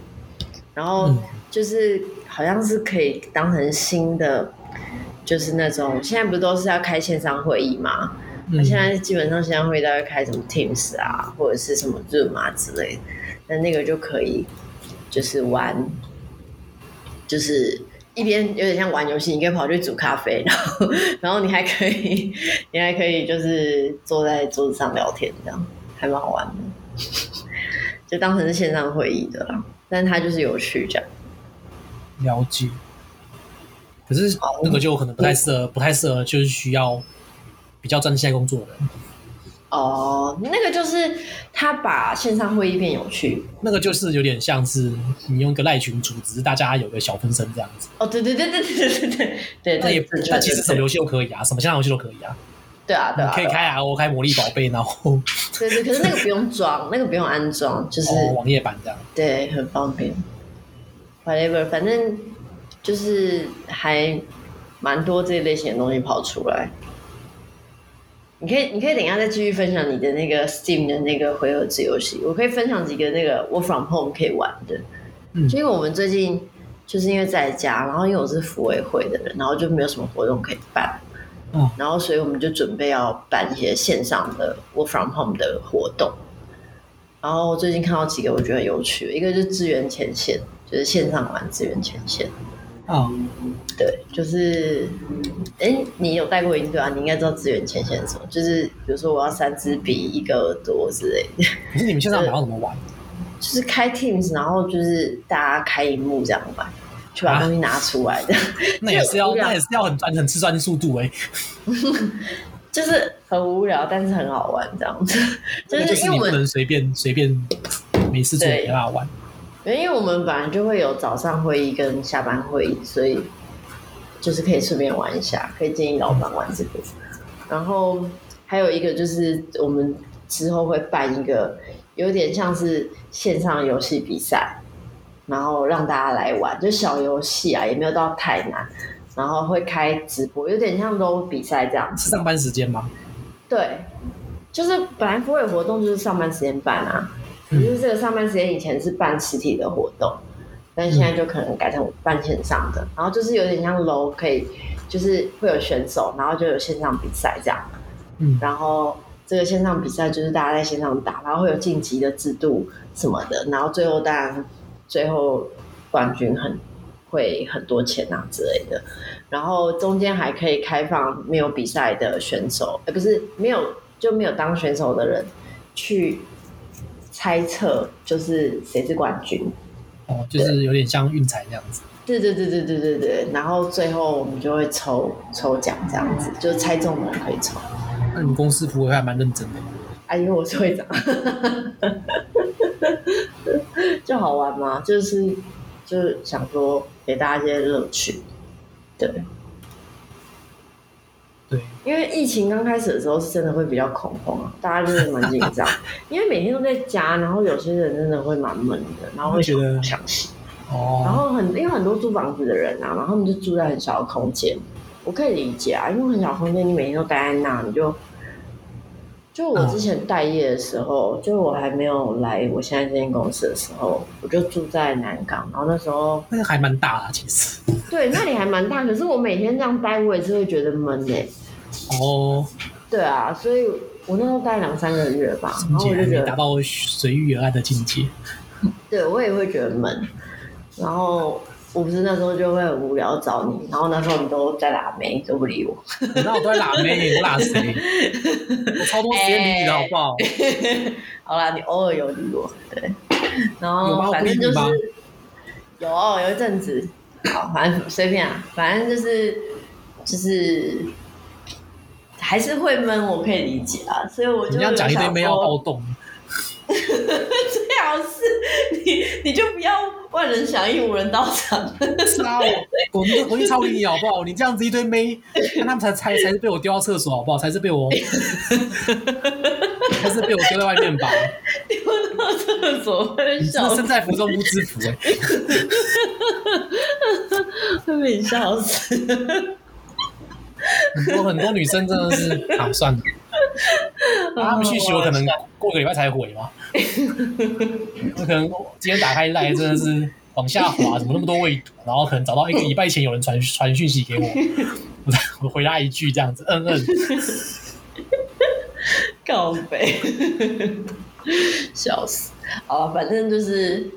Speaker 3: 然后
Speaker 1: 嗯
Speaker 3: 就是好像是可以当成新的，就是那种现在不是都是要开线上会议吗？那
Speaker 1: 嗯
Speaker 3: 现在基本上线上会议都会开什么 Teams 啊，或者是什么 Zoom 啊之类的，那那个就可以就是玩，就是一边有点像玩游戏，你可以跑去煮咖啡，然后然后你还可以你还可以就是坐在桌子上聊天，这样还蛮好玩的，就当成是线上会议的啦。但它就是有趣这样，
Speaker 1: 了解。可是那个就可能不太适
Speaker 3: 哦
Speaker 1: 合，不太适合就是需要比较专心在工作的人。
Speaker 3: 哦，那个就是他把线上会议变有趣，
Speaker 1: 那个就是有点像是你用一个赖群组，只是大家有个小分身这样子。
Speaker 3: 哦，对对对对对对对对，
Speaker 1: 那也
Speaker 3: 对对
Speaker 1: 那
Speaker 3: 对
Speaker 1: 其实
Speaker 3: 对
Speaker 1: 什么游戏都可以啊，什么线上游戏都可以啊。
Speaker 3: 对啊对
Speaker 1: 你
Speaker 3: 啊，
Speaker 1: 可以
Speaker 3: 对啊
Speaker 1: 开 RO，开魔力宝贝，然后
Speaker 3: 对对，可是那个不用装，那个不用安装，就是、
Speaker 1: 哦网页版这样。
Speaker 3: 对，很方便。Whatever，反正就是还蛮多这类型的东西跑出来。你可以，你可以等一下再继续分享你的那个 Steam 的那个回合制游戏，我可以分享几个那个 Work from Home 可以玩的。
Speaker 1: 嗯
Speaker 3: 就因为我们最近就是因为在家，然后因为我是服委会的人，然后就没有什么活动可以办，
Speaker 1: 嗯，
Speaker 3: 然后所以我们就准备要办一些线上的 Work from Home 的活动。然后我最近看到几个我觉得很有趣的，一个就是支援前线，就是线上玩支援前线，
Speaker 1: 啊，
Speaker 3: 对，就是，哎，你有带过营队啊？你应该知道资源前线是什么，就是比如说我要三支笔、一个耳朵之类的，
Speaker 1: 可是你们线上买要怎么玩？
Speaker 3: 就是开 Teams，然后就是大家开荧幕这样吧，去把
Speaker 1: 啊
Speaker 3: 东西拿出来的，
Speaker 1: 那也是要
Speaker 3: 这个无聊
Speaker 1: 那也是要很专很吃专注度哎、
Speaker 3: 就是很无聊，但是很好玩这样子。 就
Speaker 1: 那就是
Speaker 3: 因为
Speaker 1: 你
Speaker 3: 我
Speaker 1: 不
Speaker 3: 们，
Speaker 1: 能随便随便没事做没
Speaker 3: 对
Speaker 1: 办法玩。
Speaker 3: 因为我们本来就会有早上会议跟下班会议，所以就是可以顺便玩一下，可以建议老板玩这个。然后还有一个就是我们之后会办一个有点像是线上游戏比赛，然后让大家来玩，就小游戏啊，也没有到太难。然后会开直播，有点像 LO 比赛这样子。
Speaker 1: 是上班时间吗？
Speaker 3: 对，就是本来服委活动就是上班时间办啊，可
Speaker 1: 嗯
Speaker 3: 是这个上班时间以前是办实体的活动，但现在就可能改成办线上的，然后就是有点像楼可以，就是会有选手，然后就有线上比赛这样，
Speaker 1: 嗯，
Speaker 3: 然后。这个线上比赛就是大家在线上打，然后会有晋级的制度什么的，然后最后当然最后冠军很会很多钱啊之类的，然后中间还可以开放没有比赛的选手，呃，不是没有就没有当选手的人去猜测，就是谁是冠军。
Speaker 1: 哦，就是有点像运彩这样子。
Speaker 3: 对对对对对对对，然后最后我们就会抽抽奖这样子，就是猜中的人可以抽。
Speaker 1: 那你们公司服务还蛮认真的，
Speaker 3: 啊，因为我是 会长，就好玩嘛，就是就是想说给大家一些乐趣，对。
Speaker 1: 对，
Speaker 3: 因为疫情刚开始的时候是真的会比较恐慌啊，大家就是蛮紧 张，因为每天都在家，然后有些人真的会蛮闷的，然后会
Speaker 1: 会觉得
Speaker 3: 想死，然
Speaker 1: 哦，
Speaker 3: 后很因为很多租房子的人啊，然后他们就住在很小的空间，我可以理解啊，因为很小的空间你每天都待在那，你就就我之前待业的时候，就我还没有来我现在这间公司的时候，我就住在南港，然后那时候
Speaker 1: 那个还蛮大的其实。
Speaker 3: 对那里还蛮大，可是我每天这样待，我也是会觉得闷诶、
Speaker 1: 哦，
Speaker 3: 对啊，所以我那时候待两三个月吧，然
Speaker 1: 境界
Speaker 3: 后哦
Speaker 1: 还
Speaker 3: 我就
Speaker 1: 没
Speaker 3: 觉
Speaker 1: 达
Speaker 3: 得，
Speaker 1: 到随遇而安的境界。
Speaker 3: 对我也会觉得闷。然后我不是那时候就会很无聊找你，然后那时候你都在拉妹，都不理我。
Speaker 1: 那我都在拉妹，我拉谁？我超多时间理你的好不好？
Speaker 3: 哎好啦，你偶尔有理我，对。
Speaker 1: 有
Speaker 3: 然
Speaker 1: 吗
Speaker 3: 后
Speaker 1: 我
Speaker 3: 反
Speaker 1: 不理
Speaker 3: 正
Speaker 1: 你
Speaker 3: 就是
Speaker 1: 吗
Speaker 3: 有有一阵子，好，反正随便啊，反正就是就是还是会闷，我可以理解啊。所以我
Speaker 1: 你
Speaker 3: 就
Speaker 1: 这样讲一堆妹要
Speaker 3: 有想说
Speaker 1: 暴动，
Speaker 3: 最好是你你就不要万人响应无人到场。
Speaker 1: 是啊，我我我去超理你好不好？你这样子一堆妹，那他们才才才是被我丢到厕所好不好？才是被我， 才是被我丢在外面吧？
Speaker 3: 丢到厕所会
Speaker 1: 你真的
Speaker 3: 笑
Speaker 1: 身
Speaker 3: 死，
Speaker 1: 在福中不知福哎、
Speaker 3: 会被你笑死。
Speaker 1: 很多很多女生真的是啊，算了，她啊们讯息我可能过个礼拜才回嘛，我可能今天打开赖真的是往下滑，怎么那么多未读，然后可能找到一个礼拜前有人传传讯息给我，我再我回他一句这样子，嗯嗯，
Speaker 3: 告白， 笑死。好了，反正就是，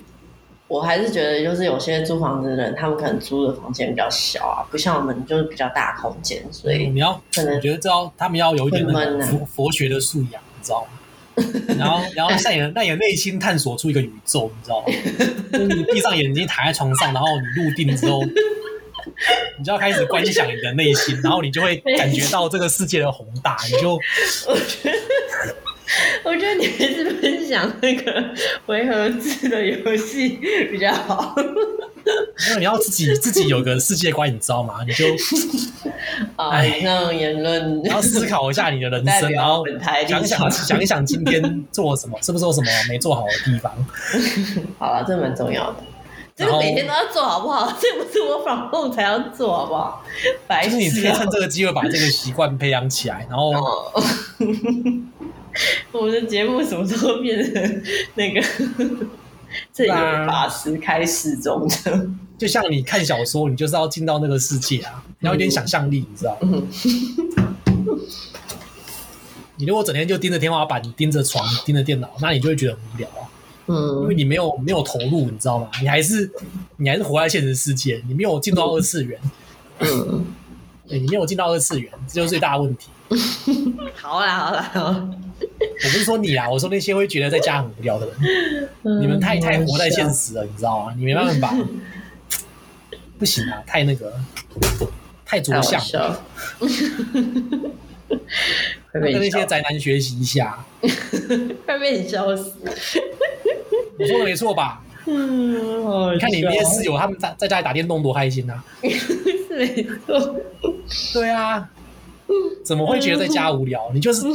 Speaker 3: 我还是觉得就是有些租房子的人，他们可能租的房间比较小啊，不像我们就是比较大空间，所以
Speaker 1: 你要
Speaker 3: 可能
Speaker 1: 我觉得这要他们要有一点那
Speaker 3: 会
Speaker 1: 种
Speaker 3: 闷啊
Speaker 1: 佛佛学的素养，你知道吗？然后，然后在你的在你的内心探索出一个宇宙，你知道吗？就是你闭上眼睛躺在床上，然后你入定之后，你就要开始观想你的内心，然后你就会感觉到这个世界的宏大，你就
Speaker 3: 我觉得，我觉得你还是分享那个 回合制的游戏比较好。
Speaker 1: 因为你要自己自己有个世界观，你知道吗？你就
Speaker 3: 啊，
Speaker 1: 哎
Speaker 3: 以上言论
Speaker 1: 你要思考一下你的人
Speaker 3: 代
Speaker 1: 生，然
Speaker 3: 表
Speaker 1: 后
Speaker 3: 本台立
Speaker 1: 想
Speaker 3: 场
Speaker 1: 一想想一想今天做了什么，是不是有什么没做好的地方？
Speaker 3: 好了，这蛮重要的。这
Speaker 1: 然
Speaker 3: 个
Speaker 1: 后
Speaker 3: 每天都要做好不好？这不是我访问才要做好不好？白
Speaker 1: 就是你可
Speaker 3: 痴
Speaker 1: 以
Speaker 3: 啊、
Speaker 1: 趁这个机会把这个习惯培养起来，然后
Speaker 3: 哦我们的节目什么时候变成那 个这里有法师开示中的？
Speaker 1: 就像你看小说，你就是要进到那个世界啊，你要有点想象力，你知道吗
Speaker 3: 嗯？
Speaker 1: 你如果整天就盯着天花板、盯着床、盯着电脑，那你就会觉得很无聊啊。因
Speaker 3: 嗯
Speaker 1: 为你没有没有投入，你知道吗？你还是你还是活在现实世界，你没有进入到二次 元，
Speaker 3: 嗯，
Speaker 1: 对你没有进到二次元，这就是最大的问题。
Speaker 3: 好啦好啦好啦，
Speaker 1: 我不是说你啊，我说那些会觉得在家很无聊的
Speaker 3: 嗯
Speaker 1: 人，你们
Speaker 3: 啊
Speaker 1: 太太活在现
Speaker 3: 实，
Speaker 1: 实了，你知道吗？你没办 法，不行啊，太那个了，太着
Speaker 3: 嗯太好
Speaker 1: 相
Speaker 3: 笑
Speaker 1: 了，
Speaker 3: 了，会
Speaker 1: 跟
Speaker 3: 被
Speaker 1: 那些
Speaker 3: 你笑，
Speaker 1: 宅男学习一下。
Speaker 3: 会被你笑死。
Speaker 1: 我说的没错吧？
Speaker 3: 嗯，好好
Speaker 1: 你看你那些
Speaker 3: 笑
Speaker 1: 室友，他们在在家里打电动多开心啊！
Speaker 3: 是没错，
Speaker 1: 对啊，怎么会觉得在家无聊？你就是，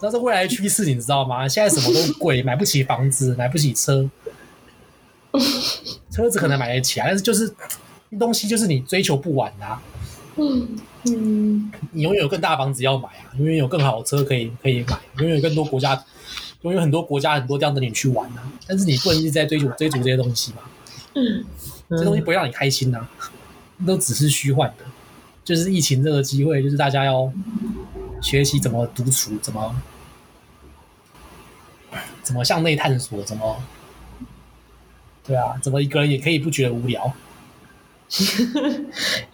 Speaker 1: 那是未来的趋势，你知道吗？现在什么都贵，买不起房子，买不起车，车子可能买得起啊，但是就是东西就是你追求不完的、啊。
Speaker 3: 嗯，
Speaker 1: 你永远有更大的房子要买啊，永远有更好的车可以可以买，永远有更多国家，永远有很多国家很多地方等你去玩啊。但是你不能一直在追逐追逐这些东西嘛，这东西不会让你开心啊，都只是虚幻的。就是疫情这个机会，就是大家要学习怎么独处，怎么怎么向内探索，怎么对啊，怎么一个人也可以不觉得无聊，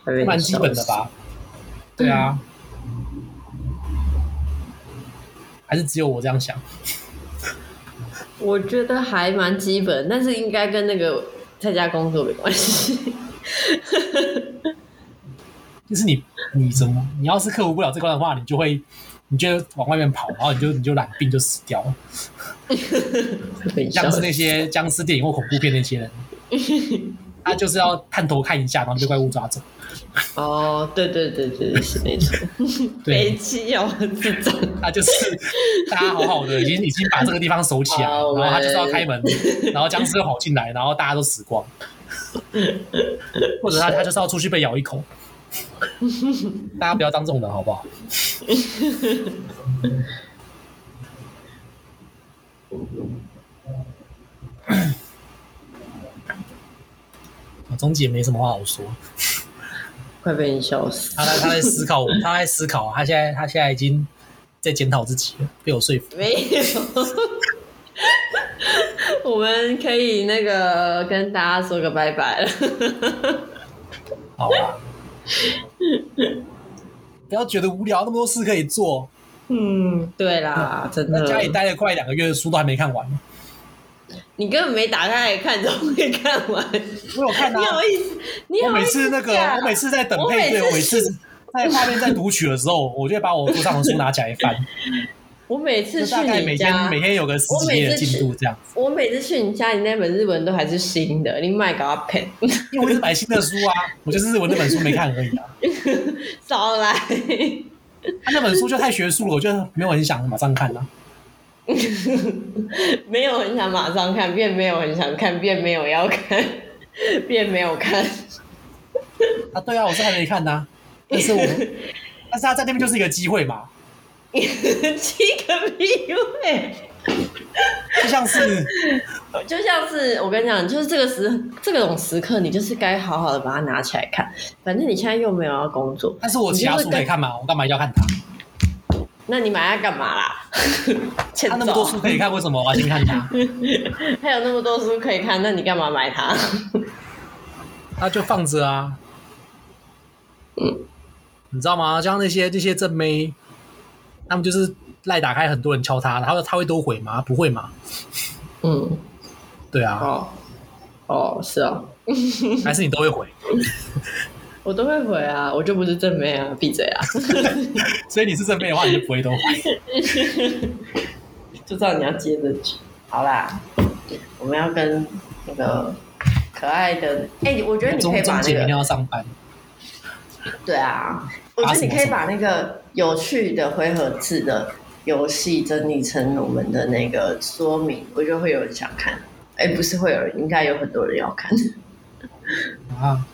Speaker 3: 会被你
Speaker 1: 蛮基本的
Speaker 3: 笑死？
Speaker 1: 吧？对啊，还是只有我这样想？
Speaker 3: 我觉得还蛮基本，但是应该跟那个在家工作没关 系。
Speaker 1: 就是你你怎么，你要是克服不了这关的话，你就会你就会往外面跑，然后你就你就染病就死掉了，
Speaker 3: 被你
Speaker 1: 像
Speaker 3: 笑
Speaker 1: 是
Speaker 3: 死
Speaker 1: 那些僵尸电影或恐怖片那些人。他就是要探头看一下，然后就被怪物抓走。
Speaker 3: 哦，对对对对，是没错，
Speaker 1: 对
Speaker 3: 北，七哦，这 种
Speaker 1: 他就是大家好好的，已经已经把这个地方守起来，
Speaker 3: 好
Speaker 1: 了，
Speaker 3: 嘞
Speaker 1: 然后他就是要开门，然后僵尸又跑进来，然后大家都死光，或者他他就是要出去被咬一口。大家不要当这种人好不好？ 啊钟姐没什么话好说，
Speaker 3: 会被你笑死。
Speaker 1: 她在她在思考，她在思考，她现在她现在已经在检讨自己了，被我说服。
Speaker 3: 没有。我们可以那个跟大家说个拜 拜了，
Speaker 1: 好吧。不要觉得无聊，那么多事可以做。
Speaker 3: 嗯对啦，真
Speaker 1: 在
Speaker 3: 的，
Speaker 1: 家里待了快两个月，的书都还没看完。
Speaker 3: 你根本没打开来看，怎么会看完？
Speaker 1: 我有看
Speaker 3: 你
Speaker 1: 啊
Speaker 3: 好，意思？你
Speaker 1: 我
Speaker 3: 好
Speaker 1: 每
Speaker 3: 意
Speaker 1: 次
Speaker 3: 思
Speaker 1: 那个，
Speaker 3: 讲
Speaker 1: 我每次在等
Speaker 3: 我
Speaker 1: 配
Speaker 3: 每
Speaker 1: 对，
Speaker 3: 次
Speaker 1: 我每次在画面在读取的时候，我就会把我桌上的书拿起来翻，
Speaker 3: 我每
Speaker 1: 就
Speaker 3: 次去
Speaker 1: 大概每
Speaker 3: 你家
Speaker 1: 天，每天有个十
Speaker 3: 我
Speaker 1: 几
Speaker 3: 每
Speaker 1: 页的
Speaker 3: 次
Speaker 1: 进度这样。
Speaker 3: 我每次去你家，你那本日文都还是新的，你卖给我骗，
Speaker 1: 因为我一直买新的书啊，我就是我那本书没看而已啊。
Speaker 3: 少来。
Speaker 1: 他那本书就太学术了，我就没有很想马上看啊。
Speaker 3: 没有很想马上看，变没有很想看，变没有要看，变没有看。
Speaker 1: 啊，对啊，我是还没看呐、但是我，但是他在那边就是一个机会嘛，
Speaker 3: 七个屁位，
Speaker 1: 就像是。
Speaker 3: 就像是我跟你讲，就是这个时这种时刻，你就是该好好的把它拿起来看。反正你现在又没有要工作，
Speaker 1: 但是我其他书可以看嘛，我干嘛一定要看它？
Speaker 3: 那你买它干嘛啦？ 欠
Speaker 1: 他那么多
Speaker 3: 揍啊
Speaker 1: 书可以看，为什么我要先看它？
Speaker 3: 还有那么多书可以看，那你干嘛买它？
Speaker 1: 他就放着啊。你知道吗？像那些那些正妹，他们就是赖打开，很多人敲他，然后他会都回吗？不会嘛？
Speaker 3: 嗯，
Speaker 1: 对啊，
Speaker 3: 哦，哦，是哦，
Speaker 1: 还是你都会回，
Speaker 3: 我都会回啊，我就不是正妹啊，闭嘴啊！
Speaker 1: 所以你是正妹的话，你就不会都 回。
Speaker 3: 就知道你要接着去。
Speaker 5: 好啦，
Speaker 3: 我们要跟
Speaker 5: 那个
Speaker 3: 可爱的，哎、我觉得你
Speaker 1: 钟
Speaker 3: 可以把
Speaker 1: 钟
Speaker 3: 那
Speaker 1: 姐明天
Speaker 3: 个，
Speaker 1: 要上班，
Speaker 5: 对啊，我觉得你可以把那个有趣的回合制的游戏整理成我们的那个说明，我觉得会有人想看。哎、不是会有人，应该有很多人要看。
Speaker 1: 啊，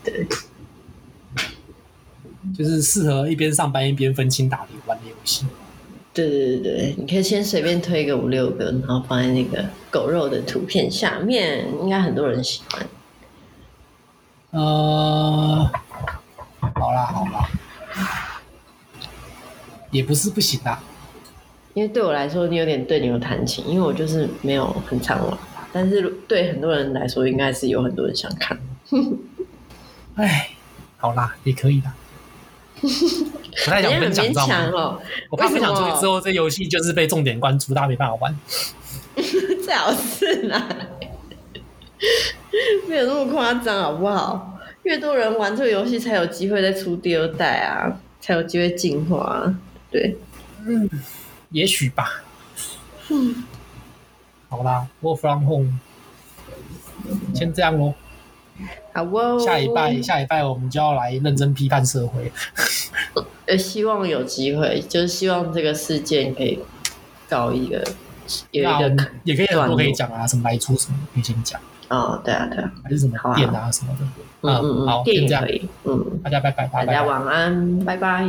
Speaker 1: 就是适合一边上班一边分清打理玩的游戏。
Speaker 3: 对对对对，你可以先随便推个五六个，然后放在那个狗肉的图片下面，应该很多人喜欢。
Speaker 1: 呃，好啦好啦，也不是不行啦。
Speaker 3: 因为对我来说有点对牛弹琴，因为我就是没有很常玩，但是对很多人来说，应该是有很多人想看。
Speaker 1: 哎，好啦，也可以啦。不太
Speaker 3: 你
Speaker 1: 想
Speaker 3: 很
Speaker 1: 分享，
Speaker 3: 勉
Speaker 1: 知道
Speaker 3: 强
Speaker 1: 吗？
Speaker 3: 哦，
Speaker 1: 我怕分享出
Speaker 3: 为什
Speaker 1: 去
Speaker 3: 么
Speaker 1: 之后，这游戏就是被重点关注，大家没办法玩。
Speaker 3: 最好是啦，没有那么夸张好不好？越多人玩这个游戏，才有机会再出第二代啊，才有机会进化、啊。对，
Speaker 1: 也许吧。好啦，Work from home，先这样咯。
Speaker 3: 好哦，
Speaker 1: 下礼拜，下礼拜我们就要来认真批判社会。
Speaker 3: 呃，希望有机会，就是希望这个事件可以搞一个有
Speaker 1: 那我
Speaker 3: 一个
Speaker 1: 们也可以很
Speaker 3: 段
Speaker 1: 多
Speaker 3: 落
Speaker 1: 可以讲啊，什么来出什么可以先讲，
Speaker 3: 哦，对啊，对啊，
Speaker 1: 还是什么
Speaker 3: 好啊
Speaker 1: 店啊什么的。啊
Speaker 3: 嗯嗯嗯，
Speaker 1: 好，
Speaker 3: 电
Speaker 1: 先这
Speaker 3: 影
Speaker 1: 样
Speaker 3: 可，以，嗯，
Speaker 1: 大家拜拜，拜
Speaker 3: 大
Speaker 1: 拜
Speaker 3: 家。晚安，拜拜